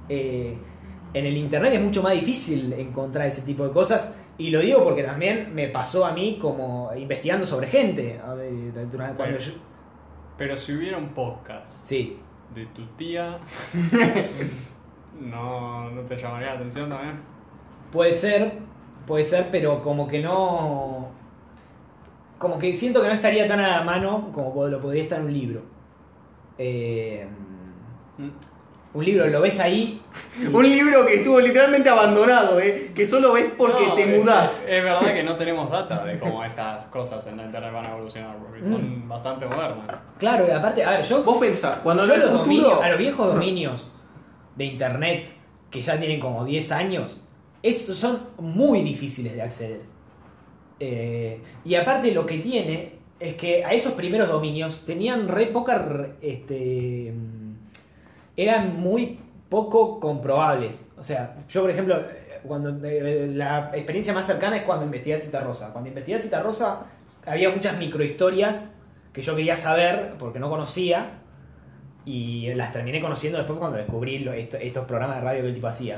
B: Eh, en el internet es mucho más difícil encontrar ese tipo de cosas. Y lo digo porque también me pasó a mí como investigando sobre gente. A ver, durante- cuando yo-
A: Pero si hubiera un podcast
B: Sí.
A: de tu tía, no, no te llamaría la atención también.
B: Puede ser, puede ser, pero como que no. Como que siento que no estaría tan a la mano como pod- lo podría estar un libro. Eh, un libro lo ves ahí. y-
D: Un libro que estuvo literalmente abandonado, eh, que solo ves porque
A: No,
D: te
A: es-
D: mudás.
A: Es, es verdad que no tenemos data de cómo estas cosas en la internet van a evolucionar, porque
D: Mm.
A: son bastante modernas.
B: Claro, y aparte, a ver, yo.
D: Vos pensás, cuando
B: yo
D: no
B: a
D: el
B: los,
D: futuro.
B: dominios- a los viejos dominios de internet que ya tienen como 10 años, esos son muy difíciles de acceder. Eh, y aparte lo que tiene es que a esos primeros dominios tenían re poca... re- Este, mm, eran muy poco comprobables. O sea, yo por ejemplo, eh, cuando eh, la experiencia más cercana es cuando investigué a Cita Rosa. Cuando investigué a Cita Rosa había muchas microhistorias que yo quería saber porque no conocía y las terminé conociendo después cuando descubrí lo- esto- estos programas de radio que el tipo hacía.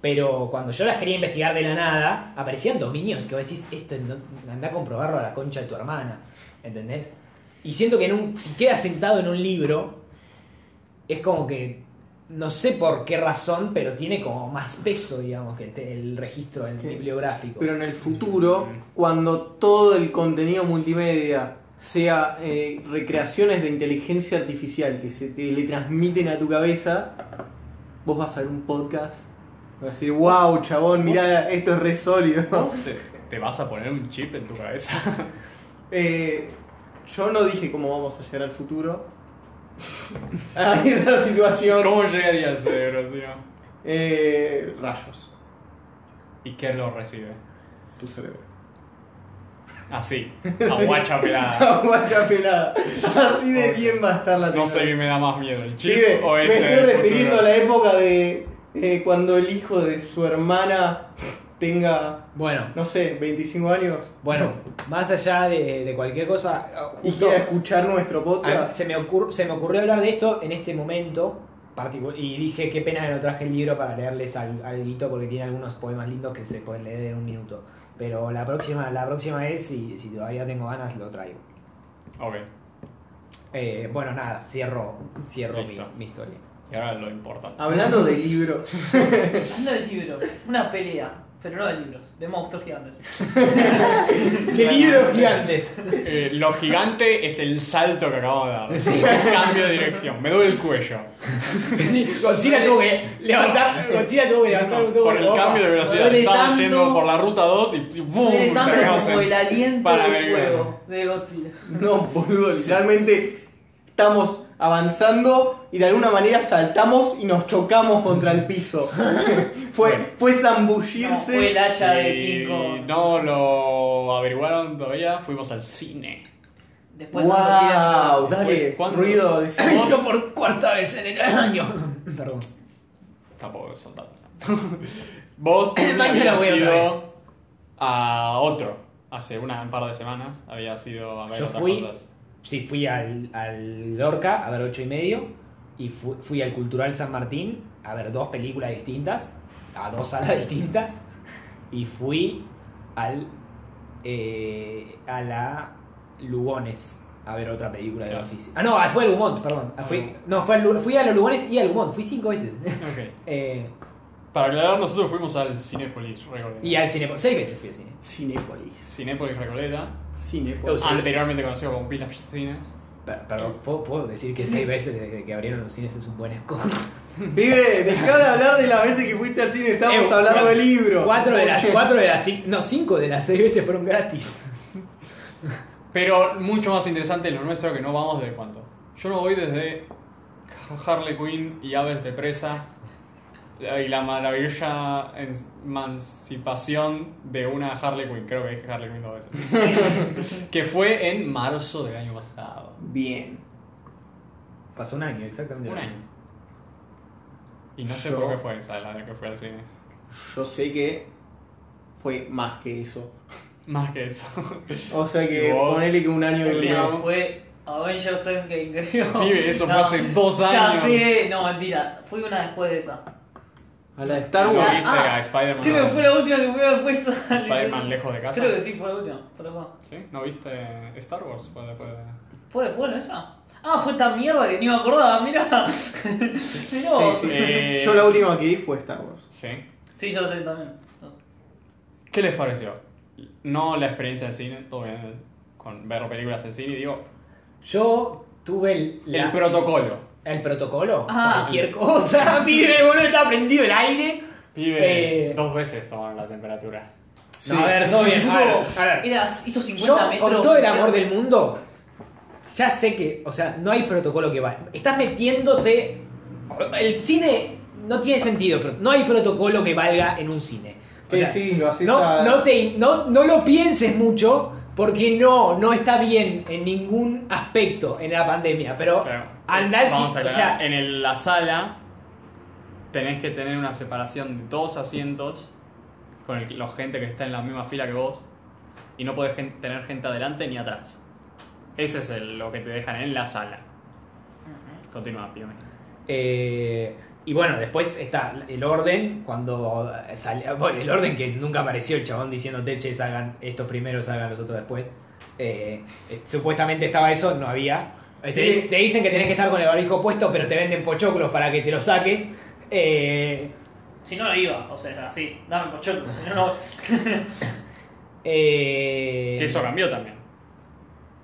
B: Pero cuando yo las quería investigar de la nada, aparecían dominios que vos decís, esto no- anda a comprobarlo a la concha de tu hermana, ¿entendés? Y siento que en un- si quedas sentado en un libro, es como que, no sé por qué razón, pero tiene como más peso, digamos, que el, te- el registro el
D: Sí.
B: bibliográfico.
D: Pero en el futuro, cuando todo el contenido multimedia sea eh, recreaciones de inteligencia artificial que se te, le transmiten a tu cabeza, vos vas a ver un podcast. Vas a decir, wow, chabón, mirá, esto es re sólido.
A: ¿Vos te, te vas a poner un chip en tu cabeza?
D: Eh, yo no dije cómo vamos a llegar al futuro. a esa situación.
A: ¿Cómo llegaría al cerebro, si no?
D: Eh, rayos,
A: ¿Y qué lo recibe?
D: tu cerebro.
A: Así, aguacha pelada.
D: Guacha pelada. Así de bien va a estar la
A: No
D: tecnología.
A: sé qué me da más miedo, el chip
D: Pibe,
A: o
D: me
A: ese.
D: estoy
A: del
D: refiriendo a
A: futuro.
D: la época de eh, cuando el hijo de su hermana tenga,
B: Bueno,
D: no sé, 25 años
B: bueno, más allá de, de cualquier cosa,
D: y
B: justo
D: quiera escuchar nuestro
B: a-
D: podcast.
B: se me, ocur- se me ocurrió hablar de esto en este momento particu- y dije qué pena que no traje el libro para leerles al, algo porque tiene algunos poemas lindos que se pueden leer en un minuto. Pero la próxima, la próxima es, si, si todavía tengo ganas, lo traigo.
A: Ok,
B: Eh, bueno, nada, cierro, cierro mi,
A: Listo.
B: mi historia.
A: y ahora lo importante.
D: Hablando de libros,
C: Hablando pues, de libros, una pelea, pero no de libros, de monstruos gigantes.
B: ¡Qué libros gigantes!
A: Eh, lo gigante es el salto que acabo de dar. El cambio de dirección. Me duele el cuello.
B: Godzilla tuvo que levantar, Godzilla tuvo que levantar un tubo
A: Por
B: de
A: el
B: goma.
A: cambio de velocidad.
C: Duele
A: Estaba
C: tanto.
A: yendo por la ruta 2 y ¡bum!
C: Fue Eh, tanto
A: terminamos
C: como
A: en-
C: el aliento
A: para
C: del
A: ver
C: fuego de Godzilla.
D: no, boludo, literalmente estamos avanzando y de alguna manera saltamos y nos chocamos contra el piso. fue,
A: Bueno.
D: fue
C: No, fue
D: zambullirse.
C: el hacha de
A: Si
C: King Kong.
A: No lo averiguaron todavía, fuimos al cine.
C: Después de tanto
D: Wow,
C: tiempo.
D: dale,
A: ¿cuándo?
D: ruido de
B: Esto por cuarta vez en el año. Perdón.
A: Tampoco son tantas. Vos
B: Mañana
A: habías
B: voy otra vez.
A: ido a otro. Hace unas par de semanas había sido a ver
B: Yo
A: otras
B: fui.
A: cosas.
B: Sí, fui al, al Lorca a ver ocho y medio y fu- fui al Cultural San Martín a ver dos películas distintas, a dos salas distintas y fui al eh, a la Lugones a ver otra película de
A: Claro.
B: Office. Ah, no, fue al Lumont, perdón. Ah, fui- no, fue al Lu- fui a los Lugones y al Lumont, fui cinco veces.
A: Ok.
B: Eh,
A: Para aclarar, nosotros fuimos al Cinépolis Recoleta.
B: y al cine, seis veces fui al cine.
D: Cinepolis.
A: Cinépolis Recoleta,
D: Cinepolis.
B: Sí.
A: anteriormente conocido como Village Cines.
B: Per- Perdón, ¿puedo, puedo decir que seis veces desde que abrieron los cines es un buen score?
D: Vive, dejá de hablar de las veces que fuiste al cine, estamos
B: Eh,
D: hablando
B: cuatro-
D: de libros.
B: Cuatro de las, cuatro de las, cin- no, cinco de las seis veces fueron gratis.
A: Pero mucho más interesante lo nuestro que no vamos desde cuánto. Yo no voy desde Harley Quinn y Aves de Presa y la maravillosa emancipación de una Harley Quinn. Creo que dije Harley Quinn dos veces. que fue en marzo del año pasado.
D: Bien.
B: Pasó un año, exactamente.
A: Un año. Y no sé
D: Yo-
A: por qué fue esa la que fue al cine.
D: Yo sé que fue más que eso.
A: Más que eso.
D: O sea que
A: ¿Y vos?
D: ponele que un año y
A: Leo.
C: No, fue Avengers Endgame, creo.
A: Pibe, eso fue hace dos
C: Ya
A: años.
C: sé, no, mentira, fui una después de esa.
D: A la de
A: ¿No
D: Star Wars.
A: viste
C: Ah,
A: a Spider-Man?
C: Creo que fue la última que fui a ver fue esa.
A: Spider-Man lejos de casa.
C: Creo que sí, fue la última. Fue, la última.
A: ¿Sí? ¿No viste Star Wars? Fue después de...
C: ¿Fue después de esa? Ah, fue tan mierda que ni me acordaba, mirá. mirá vos.
A: sí. Eh.
D: Yo la última que vi fue Star Wars.
A: Sí.
C: Sí, yo sé también.
A: ¿Qué les pareció? No la experiencia del cine, todo bien, con ver películas en cine, digo,
B: Yo tuve el, la-
A: el protocolo.
B: el protocolo.
C: Ah.
B: Cualquier cosa, pibe, boludo, está prendido el aire.
A: Pibe,
B: Eh.
A: dos veces tomaron la temperatura.
D: Sí.
B: No, a ver, todo bien. A ver, a ver.
C: Era, hizo 50
B: Yo,
C: metros.
B: con todo el amor del mundo, ya sé que, o sea, no hay protocolo que valga. Estás metiéndote. El cine no tiene sentido, pero no hay protocolo que valga en un cine. O
D: Que
B: sea,
D: sí, lo haces
B: no,
D: a-
B: no, te- no, no lo pienses mucho porque no, no está bien en ningún aspecto en la pandemia. Pero
A: Claro.
B: andar sin-
A: Vamos a
B: o
A: aclarar,
B: sea,
A: en el- la sala tenés que tener una separación de dos asientos con el- la gente que está en la misma fila que vos y no podés gen- tener gente adelante ni atrás. Ese es el- lo que te dejan en la sala. Continúa, Pibe.
B: eh, y bueno, después está el orden, cuando sale, bueno, el orden que nunca apareció el chabón diciéndote, che, salgan estos primeros, salgan los otros después. Eh, eh, supuestamente estaba eso, no había. Eh, Te, te dicen que tenés que estar con el barbijo puesto, pero te venden pochoclos para que te lo saques. Eh,
C: Si no, no iba. O sea, era así. Dame por choco. Si no, no.
B: eh,
A: Que eso cambió también.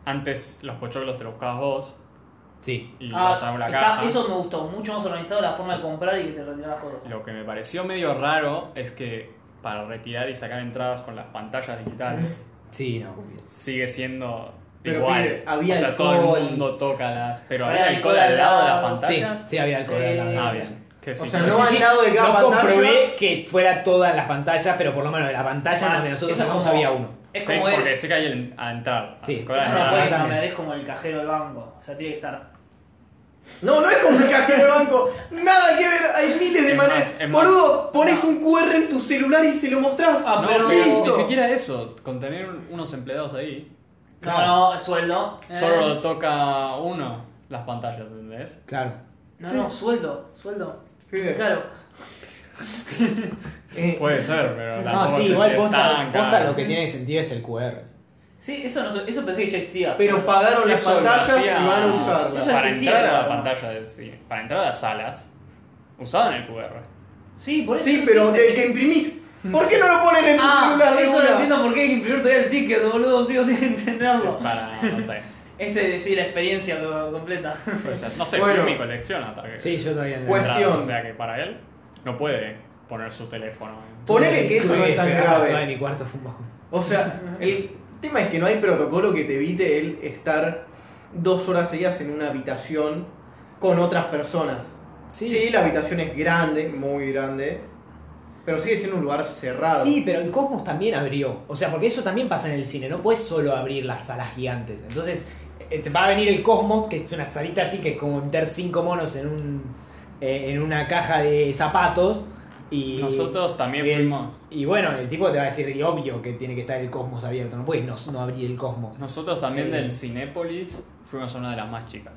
A: Antes los pochoclos te los buscabas vos
B: Sí.
A: y
C: Ah,
A: vas a una
C: está-
A: caja.
C: eso me gustó. Mucho más organizado la forma de comprar y que te retirar las cosas.
A: Lo que me pareció medio raro es que para retirar y sacar entradas con las pantallas digitales
B: Sí, no.
A: sigue siendo
D: Pero,
A: igual.
D: pibe, había
A: o sea, todo
D: alcohol.
A: el mundo toca las. Pero
C: Había
A: había alcohol al lado de las
B: Sí,
A: pantallas.
B: sí, había alcohol.
C: Sí.
B: al lado.
A: Ah, bien. Que sí.
D: sea,
B: Pero
D: no
B: sí,
D: al
B: sí,
D: lado de cada
B: no
D: pantalla.
B: comprobé que fuera todas las pantallas, pero por lo menos de la pantalla
C: Ah,
B: en la de nosotros
C: eso
B: sacamos
C: como-
B: había uno.
C: Es
A: Sí,
C: como él.
A: porque sé que hay el- a entrar. a
B: Sí,
A: cobrar,
C: Eso
A: a
C: no puede
A: entrar.
C: cambiar, es como el cajero del banco. O sea, tiene que estar.
D: No, no es como el cajero de banco. Nada que ver, hay miles de
A: Es
D: maneras.
A: más, es más.
D: Boludo, pones un QR en tu celular y se lo mostrás.
C: Ah,
A: No,
C: pero-
A: pero
D: listo.
A: ni siquiera eso. Con tener unos empleados ahí,
C: No, no, sueldo. Eh,
A: solo toca uno las pantallas, ¿entendés?
B: Claro.
D: Ah,
C: No, no, sueldo, sueldo.
D: Pibe,
C: Claro.
D: eh,
A: Puede ser, pero
B: No,
A: tampoco sé
B: sí,
A: si
B: igual
A: es
B: posta,
A: tan
B: posta
A: caro.
B: lo que tiene sentido es el QR.
C: Sí, eso, no, eso pensé que ya existía.
D: pero pagaron las
A: Eso lo
D: pantallas
A: hacía-
D: y van a usarlas.
C: Eso
A: Para
C: existía,
A: entrar a la
C: claro.
A: pantalla, de- sí, para entrar a las salas, usaban el QR.
C: Sí, por eso.
D: Sí, pero
C: existe.
D: del que imprimís. ¿Por qué no lo ponen en tu
C: Ah,
D: celular de
C: eso
D: una?
C: no entiendo por qué hay que imprimir todavía el ticket, boludo. Sigo sin
A: Es
C: entenderlo.
A: para, no sé.
C: Ese es sí, la experiencia co- completa.
A: puede ser. No sé,
D: Bueno.
A: mi colección hasta que.
B: Sí, yo todavía no.
D: Pues-
A: entradas,
D: cuestión.
A: O sea que para él no puede poner su teléfono. en-
D: Ponele que eso no es tan
B: Estaba en
D: grave.
B: mi cuarto fumando.
D: O sea, el tema es que no hay protocolo que te evite el estar dos horas seguidas en una habitación con otras personas. Sí, la habitación es grande, muy grande, pero sigue siendo un lugar cerrado.
B: Sí, pero el Cosmos también abrió. O sea, porque eso también pasa en el cine. No puedes solo abrir las salas gigantes. Entonces, eh, te va a venir el Cosmos, que es una salita así, que es como meter cinco monos en, un, eh, en una caja de zapatos. Y
A: Nosotros también
B: y el-
A: fuimos.
B: Y bueno, el tipo te va a decir, y obvio que tiene que estar el Cosmos abierto. No puedes no, no abrir el Cosmos.
A: Nosotros también
B: Eh.
A: del Cinépolis fuimos a una de las más chicas.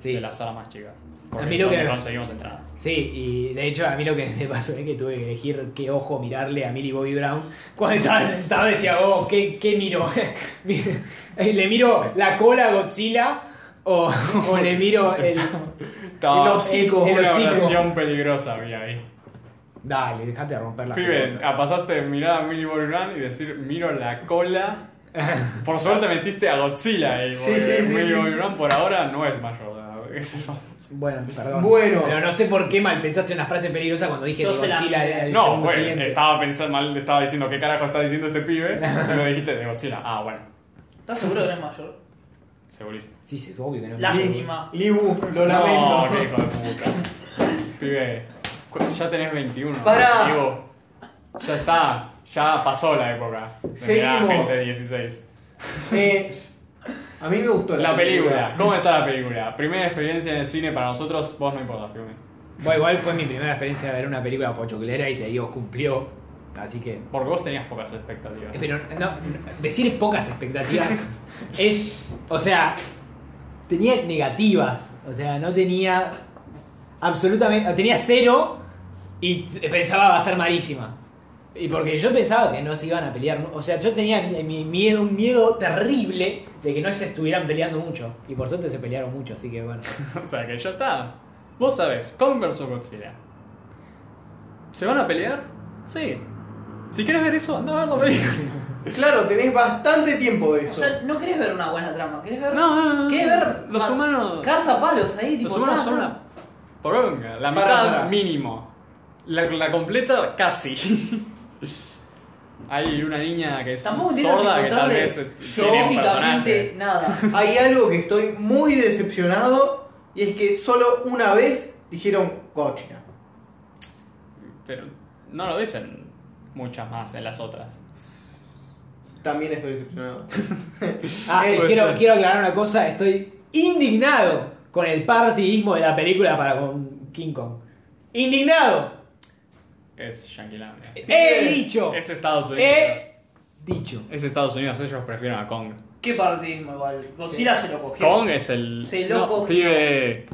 B: Sí.
A: De las salas más chicas. Porque
B: A mí lo
A: donde
B: que-
A: conseguimos entradas.
B: Sí, y de hecho a mí lo que me pasó es que tuve que elegir qué ojo mirarle a Millie Bobby Brown. Cuando estaba sentado decía, oh, ¿qué, qué miro? ¿Le miro la cola a Godzilla o, o le miro el...
A: Estaba
B: hocico.
A: Ah, una
B: El hocico.
A: oración peligrosa había ahí.
B: Dale, dejate de romper la
A: Pibe,
B: pelota.
A: a- pasaste de mirar a Millie Bobby Brown y decir, miro la cola. Por suerte metiste a Godzilla ahí. porque
D: sí, sí,
A: Millie
D: sí.
A: Bobby Brown por ahora no es mayor. de edad, qué sé yo.
B: Bueno, perdón.
D: Bueno.
B: Pero no sé por qué mal pensaste una frase peligrosa cuando dije
C: Yo
B: de
C: se la
B: Godzilla
C: miré.
B: al
A: No,
B: segundo
A: bueno,
B: siguiente.
A: estaba pensando mal, estaba diciendo qué carajo está diciendo este pibe. Y lo dijiste de Godzilla. Ah, bueno,
C: ¿Estás seguro que no es mayor?
A: segurísimo.
B: Sí, sí, obvio que no.
C: La-
D: Li-
C: Lástima.
D: Libu,
A: No,
D: lo lamento.
A: qué hijo de puta. Pibe, cu- ya tenés 21.
D: Pará.
A: Digo, ya está, ya pasó la época. de mirar a
D: Seguimos.
A: gente de 16.
D: Eh, a mí me gustó la,
A: La película, ¿cómo está la película? Primera experiencia en el cine para nosotros, vos no importa, Fiume.
B: Bueno, igual fue mi primera experiencia de ver una película pochoclera y te digo, cumplió. Así que
A: Porque vos tenías pocas expectativas.
B: Pero no, no, decir pocas expectativas es, o sea, tenía negativas, o sea, no tenía absolutamente, tenía cero y t- pensaba va a ser malísima. Y porque yo pensaba que no se iban a pelear, ¿no? o sea, yo tenía mi- mi miedo, un miedo terrible de que no se estuvieran peleando mucho. Y por suerte se pelearon mucho, así que bueno.
A: O sea que ya está. Vos sabés, Kong vs Godzilla. ¿Se van a pelear? Sí. Si quieres ver eso, anda a ver la película.
D: Claro, tenés bastante tiempo de
C: O
D: eso.
C: sea, no querés ver una buena trama, querés ver.
A: No, no, no.
C: Querés ver.
A: Los
C: ma-
A: humanos.
C: Cagarse a palos ahí, tipo.
A: Los humanos
C: ta,
A: son
C: ta.
A: una poronga. La
D: Pará,
A: mitad
D: pará.
A: mínimo. La, la completa casi. Hay una niña que es
C: Tampoco entiendo si
A: sorda que tal
C: encontrarle
A: vez es- tiene un personaje.
C: geográficamente nada.
D: Hay algo que estoy muy decepcionado y es que solo una vez dijeron Godzilla.
A: Pero no lo dicen muchas más en las otras.
D: También estoy decepcionado.
B: Ah,
D: Eh,
B: y
D: puede
B: quiero,
D: ser.
B: quiero aclarar una cosa, estoy indignado con el partidismo de la película para con King Kong. Indignado.
A: Es Yanquilandia.
C: Eh,
B: He dicho.
A: Es Estados Unidos.
B: He dicho.
A: Es Estados Unidos, ellos prefieren a Kong.
C: ¿Qué partidismo igual? Godzilla se lo cogió.
A: Kong es el.
C: Se lo
A: no,
C: cogió.
A: pibe.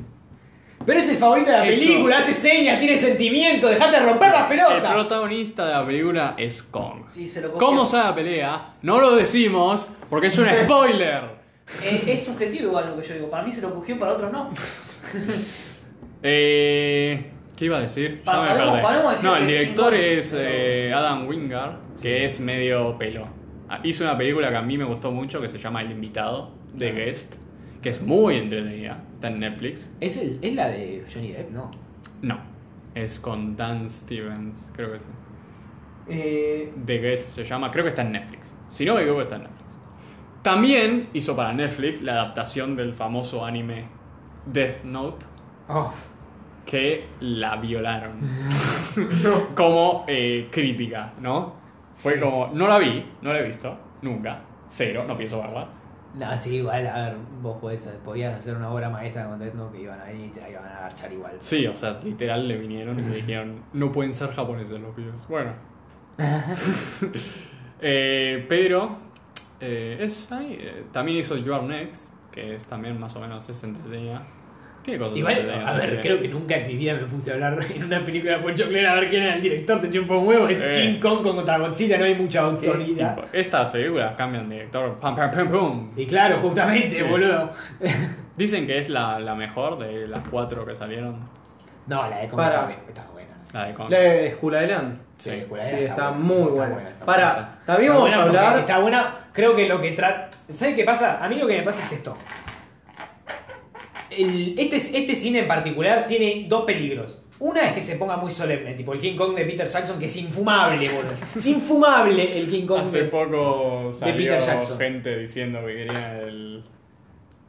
B: Pero es el favorito de la
A: Eso.
B: película, hace señas, tiene sentimiento, dejate de romper las
A: El
B: pelotas.
A: protagonista de la película es Kong.
C: Sí, se lo cogió.
A: ¿Cómo sale la pelea? No lo decimos porque es un spoiler.
C: Eh, es subjetivo igual lo que yo digo. Para mí se lo cogió, para otros no.
A: Eh, ¿Qué iba a decir?
C: Pa- paremos- paremos de decir
A: no, el
C: que
A: director
C: King Kong-
A: es eh, Adam Wingard, que es medio pelo. Ah, Hizo una película que a mí me gustó mucho que se llama El Invitado,
C: Ah.
A: de Guest, que es muy entretenida. Está en Netflix.
B: ¿Es, el, es la de Johnny Depp, no.
A: No, es con Dan Stevens, creo que sí.
D: Eh,
A: The Guest se llama, creo que está en Netflix. Si no me equivoco, está en Netflix. También hizo para Netflix la adaptación del famoso anime Death Note,
B: Oh,
A: que la violaron. como eh, crítica, ¿no? Fue como, no la vi, no la he visto, Nunca. Cero, no pienso verla.
B: No, sí, igual, a ver, vos podés, podías hacer una obra maestra con Death Note que iban a venir y te la iban a agarchar igual.
A: Sí, o sea, literal le vinieron y le dijeron, no pueden ser japoneses los pibes. Bueno. Eh, pero eh, es ahí, eh, también hizo You Are Next, que es también más o menos es entretenida. Tiene cosas
B: Igual,
A: entretenidas,
B: a ver,
A: porque-
B: creo que nunca en mi vida me puse a hablar en una película pochoclera a ver quién era el director, te chumpo un huevo, es
A: Eh.
B: King Kong con contra Godzilla, no hay mucha autoridad.
A: Tipo, Estas películas cambian de director. Pam, pam, pam, pum.
B: Y claro, justamente,
A: Sí.
B: boludo.
A: Dicen que es la, la mejor de las cuatro que salieron.
B: No, la de Kong
D: Para.
B: está buena, está buena.
A: La de Kong.
D: La de Skullaelan.
A: Sí.
B: Sí,
D: Sí,
B: eh, está
D: está
B: buena,
D: muy
B: está
D: buena.
B: buena, está
A: buena.
D: Para,
B: Está
D: también vamos a
B: buena porque
D: hablar.
B: Está buena, creo que lo que trata. ¿Sabes qué pasa? A mí lo que me pasa es esto. El- este, este cine en particular tiene dos peligros. Una es que se ponga muy solemne, tipo el King Kong de Peter Jackson, que es infumable, boludo. Es infumable el King Kong
A: Hace
B: de
A: poco salió
B: Peter Jackson.
A: gente diciendo que quería el,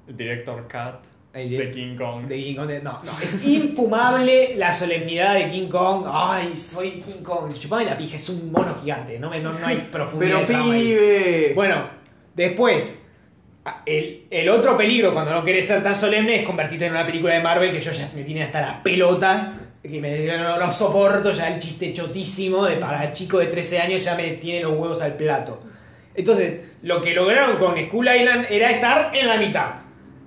A: el director Cat
B: El di-
A: de King Kong.
B: de King Kong de- no, no, es infumable la solemnidad de King Kong. Ay, soy King Kong. Chupame la pija, es un mono gigante. No, me, no, no hay profundidad.
D: Pero
B: de trama ahí.
D: pibe.
B: Bueno, después, a- el, el otro peligro cuando no querés ser tan solemne es convertirte en una película de Marvel que yo ya me tiene hasta las pelotas. Que me, yo no, no soporto ya el chiste chotísimo de para chico de 13 años ya me tiene los huevos al plato. Entonces, lo que lograron con Skull Island era estar en la mitad.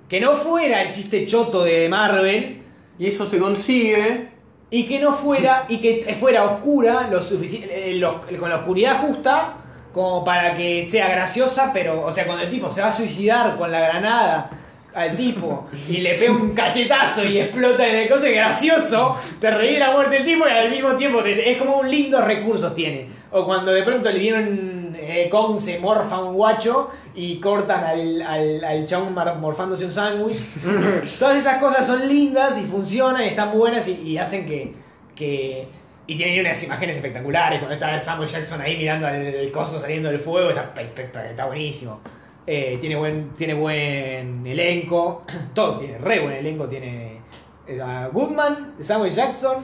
B: Que no fuera el chiste choto de Marvel,
D: Y eso se consigue.
B: y que no fuera y que fuera oscura lo sufici- eh, los- con la oscuridad justa como para que sea graciosa pero o sea cuando el tipo se va a suicidar con la granada al tipo y le pega un cachetazo y explota en el coso es gracioso te reí la muerte del tipo y al mismo tiempo te- es como un lindo recurso tiene o cuando de pronto le vieron eh, Kong se morfa un guacho y cortan al, al, al chabón mar- morfándose un sándwich Todas esas cosas son lindas y funcionan, y están buenas y, y hacen que, que- Y tienen unas imágenes espectaculares. Cuando está Samuel Jackson ahí mirando al el coso saliendo del fuego, está, pe- pe- pe- está buenísimo. Eh, tiene, buen, tiene buen elenco. Todo tiene re buen elenco. Tiene eh, a Goodman, Samuel Jackson.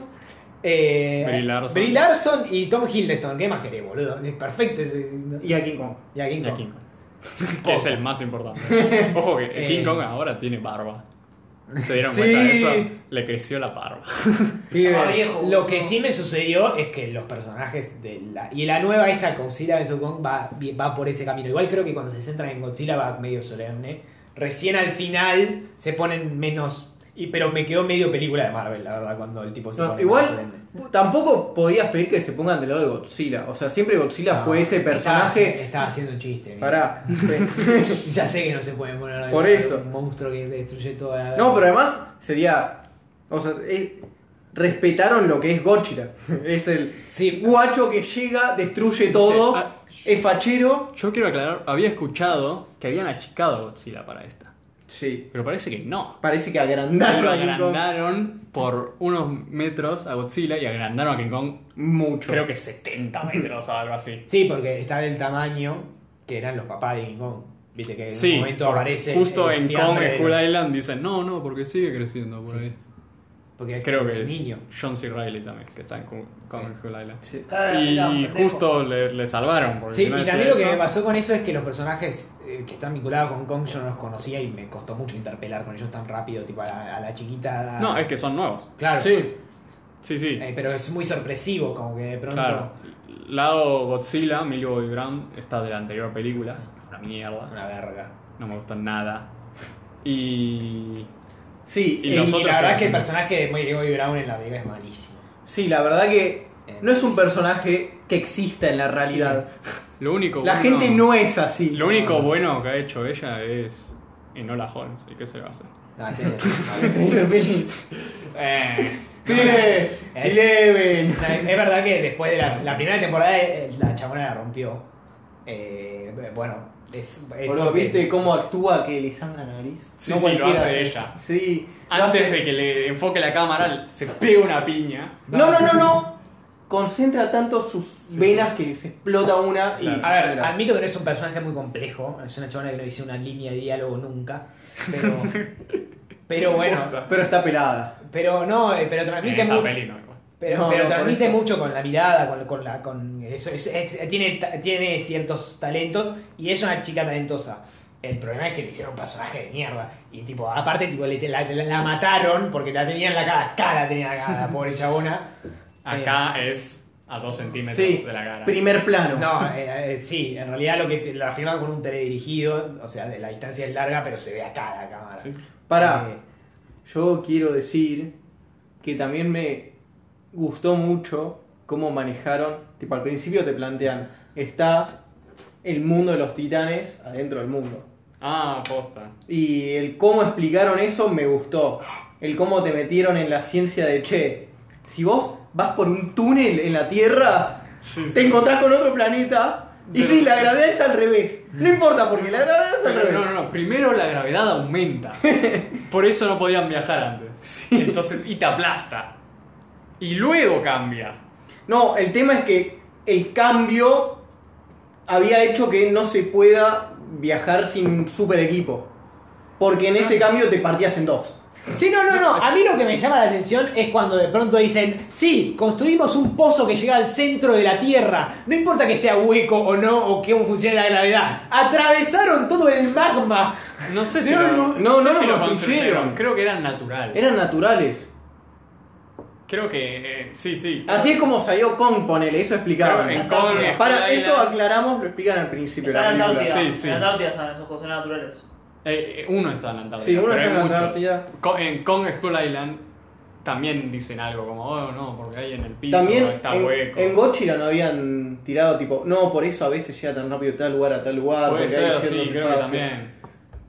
B: eh,
A: Brie Larson.
B: Brie Larson y Tom Hiddleston. ¿Qué más querés, boludo? Es perfecto ese.
D: Y a King Kong.
B: Y a King
A: de
B: Kong.
A: King Kong. que es el más importante. Ojo que King Kong ahora tiene barba. ¿Se dieron
D: Sí.
A: cuenta de eso? Le creció la barba.
C: Estaba
D: Pibe.
C: viejo.
B: Lo
C: boludo.
B: que sí me sucedió es que los personajes de la. Y la nueva, esta Godzilla vs. Kong, va, va por ese camino. Igual creo que cuando se centran en Godzilla va medio solemne. Recién al final se ponen menos. Y, pero me quedó medio película de Marvel, la verdad, cuando el tipo se
D: No,
B: pone menos solemne.
D: igual tampoco podías pedir que se pongan del lado de Godzilla. O sea, siempre Godzilla
B: No,
D: fue ese
B: estaba-
D: personaje.
B: Estaba haciendo un chiste. mira.
D: Pará.
B: Ya sé que no se pueden poner
D: Por
B: de-
D: eso.
B: un monstruo que destruye toda la.
D: No, pero además sería. O sea, es- respetaron lo que es Godzilla. Es el
B: Sí,
D: guacho que llega, destruye todo,
A: Ah.
D: es fachero.
A: Yo quiero aclarar, había escuchado que habían achicado a Godzilla para esta.
D: Sí.
A: Pero parece que no.
D: Parece que
A: Lo
D: agrandaron a King Kong
A: agrandaron por unos metros a Godzilla y agrandaron a King Kong
D: mucho.
A: creo que 70 metros o algo así.
B: sí, porque está el tamaño que eran los papás de King Kong. Viste que en
A: Sí, eh,
B: un momento
A: por-
B: aparece.
A: justo
B: el
A: en Kong
B: fiambre de
A: School
B: los-
A: Island dicen, no, no, porque sigue creciendo por ahí.
B: Porque es
A: Creo
B: como
A: que
B: un niño.
A: John C. Riley también, que está en Kong Kong School Island.
D: Sí.
C: Está- está
A: Y
C: pendejo.
A: justo le, le salvaron. Porque
B: Sí,
A: si no
B: y
A: decía
B: también lo que
A: eso-
B: me pasó con eso es que los personajes eh, que están vinculados con Kong yo no los conocía y me costó mucho interpelar con ellos tan rápido, tipo a la, a la
D: Ah.
B: chiquita.
A: No, es que son nuevos.
B: Claro.
D: Sí.
A: Sí, sí.
B: Eh, pero es muy sorpresivo, como que de pronto.
A: Claro. Lado Godzilla, Millie Bobby Brown, está de la anterior película. Una mierda.
B: Una verga.
A: No me gusta nada. Y.
D: Sí,
A: Y
D: eh,
A: los
B: Y
A: otros
B: la verdad
A: que
B: es que el
A: son-
B: personaje de Millie Bobby Brown en la película es malísimo.
D: sí, la verdad que
B: Eh,
D: no es un personaje que exista en la realidad.
A: Lo único
D: La
A: bueno-
D: gente no es así.
A: Lo único bueno que ha hecho ella es. Enola Holmes. ¿Y qué se va a hacer?
B: No, este es-
A: Eh,
D: Pibe, Eleven.
B: No, es es verdad que después de la, la primera temporada eh, la chabona la rompió. Eh, bueno, es. es-
D: Boludo, ¿viste cómo actúa que le sangra la nariz?
A: Sí, sí, lo hace
D: cualquiera.
A: ella.
D: Sí. lo
A: antes
D: hace-
A: de que le enfoque la cámara, se pega una piña.
D: No, no, no, no. Concentra tanto sus venas que se explota una y.
B: A ver, admito que no es un personaje muy complejo. Es una chabona que no dice una línea de diálogo nunca. Pero, pero bueno,
A: Posta.
D: Pero está pelada.
B: pero no, eh, pero transmite
A: En esta
B: mucho.
A: peli no. igual.
B: Pero,
D: No,
B: pero
D: no, por
B: transmite
D: eso.
B: mucho con la mirada, con, con la. Con eso, es- es- tiene, ta- tiene ciertos talentos y es una chica talentosa. El problema es que le hicieron un personaje de mierda. Y tipo, aparte, tipo, le- la, la- la mataron porque la tenían la cara, cara tenía la cara, la pobre chabona.
A: Acá es a 2 centímetros
D: Eh. Sí,
A: de la cara.
D: primer plano.
B: No, eh, eh, sí, en realidad lo que te- lo afirma con un teledirigido, o sea, de la distancia es larga, pero se ve acá la cámara.
A: Sí.
D: Pará,
B: Eh,
D: yo quiero decir que también me gustó mucho cómo manejaron. Tipo, al principio te plantean, está el mundo de los titanes adentro del mundo.
A: Ah, posta.
D: Y el cómo explicaron eso me gustó. El cómo te metieron en la ciencia de che. Si vos vas por un túnel en la Tierra,
A: Sí, sí.
D: te encontrás con otro planeta. Y
A: Pero-
D: sí, la gravedad es al revés. No importa, porque la gravedad es al
A: Pero
D: revés.
A: no, no, no. Primero la gravedad aumenta. Por eso no podían viajar antes. Entonces, y te aplasta. Y luego cambia.
D: No, el tema es que el cambio había hecho que no se pueda viajar sin un super equipo. Porque en
A: Ah.
D: ese cambio te partías en dos.
B: Sí, no, no, no. A mí lo que me llama la atención es cuando de pronto dicen, sí, construimos un pozo que llega al centro de la Tierra. No importa que sea hueco o no, o que aún funcione la gravedad. Atravesaron todo el magma.
A: No sé si
D: No,
A: lo,
D: no, no,
A: sé
D: no
A: si
D: lo
A: lo
D: construyeron.
A: construyeron. Creo que era natural.
D: Eran naturales.
A: Creo que eh, sí, sí.
D: Así es como salió Kong, ponele, eso explicaban.
A: en Kong,
C: Para
D: Para,
A: Skyline,
D: esto aclaramos, lo explican al principio de la
C: Está en
D: película.
C: Antártida.
A: Sí, sí.
C: En Antártida están esos cosas naturales.
A: eh, eh, uno está en la Antártida.
D: Sí, uno
A: pero
D: está
A: hay
D: en la
A: muchos.
D: Antártida.
A: Co- en Kong School Island también dicen algo como, oh no, porque ahí en el piso
D: También
A: está
D: en,
A: hueco.
D: en Godzilla no habían tirado tipo, no, por eso a veces llega tan rápido de tal lugar a tal lugar.
A: Puede
D: porque hay
A: ser, sí,
D: ciertos
A: creo que
D: espacios.
A: también.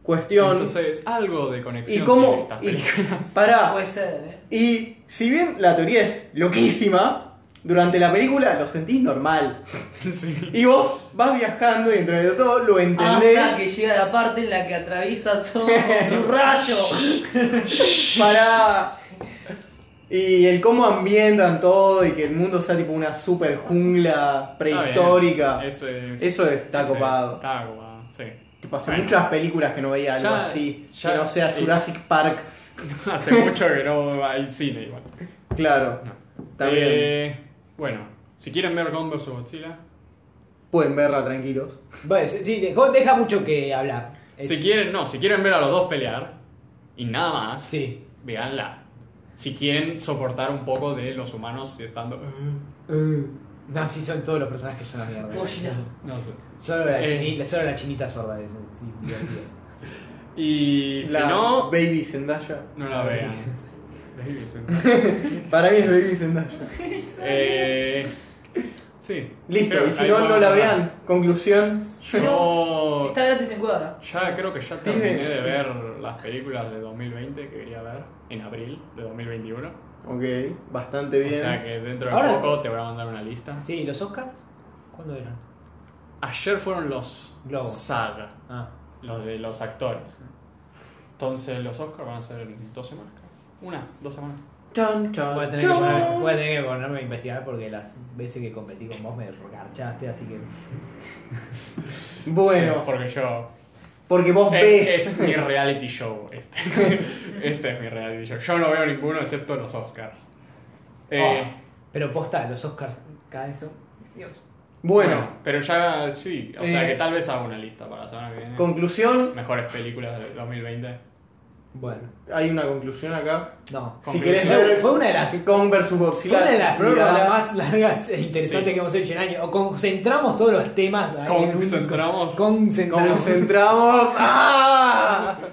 D: Cuestión.
A: Entonces, algo de conexión.
D: y cómo.
A: tiene
D: Y,
A: estas películas.
D: pará,
C: Puede ser, ¿eh?
D: Y si bien la teoría es loquísima, durante la película lo sentís normal.
A: Sí.
D: Y vos vas viajando y dentro de todo lo
A: Ah,
C: Hasta
D: entendés
C: que llega la parte en la que atraviesa todo su rayo.
D: para... Y el cómo ambientan todo y que el mundo sea tipo una super jungla
A: Está
D: prehistórica.
A: bien, Eso es.
D: Eso está
A: ese-
D: copado.
A: Está copado, sí.
D: Tipo, hace
A: Bueno.
D: muchas películas que no veía algo
A: Ya-
D: así.
A: ya-
D: que no sea
A: y-
D: Jurassic Park.
A: Hace mucho que no hay cine igual.
D: Claro.
A: No.
D: También
A: Eh, bueno, si quieren ver Kong vs Godzilla,
D: pueden verla tranquilos.
B: Bueno, sí, sí, dejó- deja mucho que hablar. Es-
A: si quieren, no, si quieren ver a los dos pelear y nada más,
B: Sí.
A: véanla. Si quieren soportar un poco de los humanos estando.
B: Eh, No, sí, son todos los personajes que son una mierda.
C: Godzilla.
A: No sé.
B: Solo la,
A: Eh.
B: chinita, solo la chinita sorda es sí, divertida.
A: Y si
D: La
A: no,
D: Baby Zendaya.
A: no la vean.
D: Para mí es Baby Zendaya.
A: Eh, sí.
D: Listo,
A: Creo
D: y
A: que
D: si
A: ahí
D: no, no
A: podemos
D: la
A: cerrar.
D: vean. Conclusión.
A: Yo
C: Está gratis en Cuadra.
A: ya creo que ya terminé
D: Pibes.
A: de ver las películas de 2020 que quería ver en abril de 2021.
D: Ok, bastante bien.
A: O sea que dentro de
B: Ahora-
A: poco te voy a mandar una lista.
B: Ah, Sí, ¿los Oscars? ¿Cuándo eran?
A: Ayer fueron los
B: Globos.
A: SAG,
B: Ah,
A: los de los actores. Entonces los Oscars van a ser en dos semanas. creo. Una, dos semanas.
D: Chan, chan,
B: voy a, tener que
D: chan.
B: poner- voy a tener que ponerme a investigar porque las veces que competí con vos me garchaste, así que.
A: Sí,
D: Bueno,
A: porque yo.
D: porque vos
B: Eh,
A: Es,
D: ves.
A: es mi reality show. Este. este es mi reality show. Yo no veo ninguno excepto los Oscars.
D: Ah,
A: Eh,
B: Oh, pero posta, los Oscars, cada vez son. Dios.
A: bueno.
D: Bueno,
A: pero ya sí. O sea
D: Eh.
A: que tal vez hago una lista para la semana que viene.
D: conclusión.
A: Mejores películas de 2020.
B: Bueno,
D: Hay una conclusión acá.
B: no.
D: Si
A: Conclusión.
D: querés
B: Fue,
D: ver
B: fue una de las.
D: Kong vs
B: fue
D: Godzilla.
B: una de las
D: mirala.
B: pruebas más largas e interesantes
A: Sí.
B: que hemos hecho en año. O concentramos todos los temas. ahí en un-
A: Concentramos.
B: Concentramos.
D: Concentramos. ¡Ah!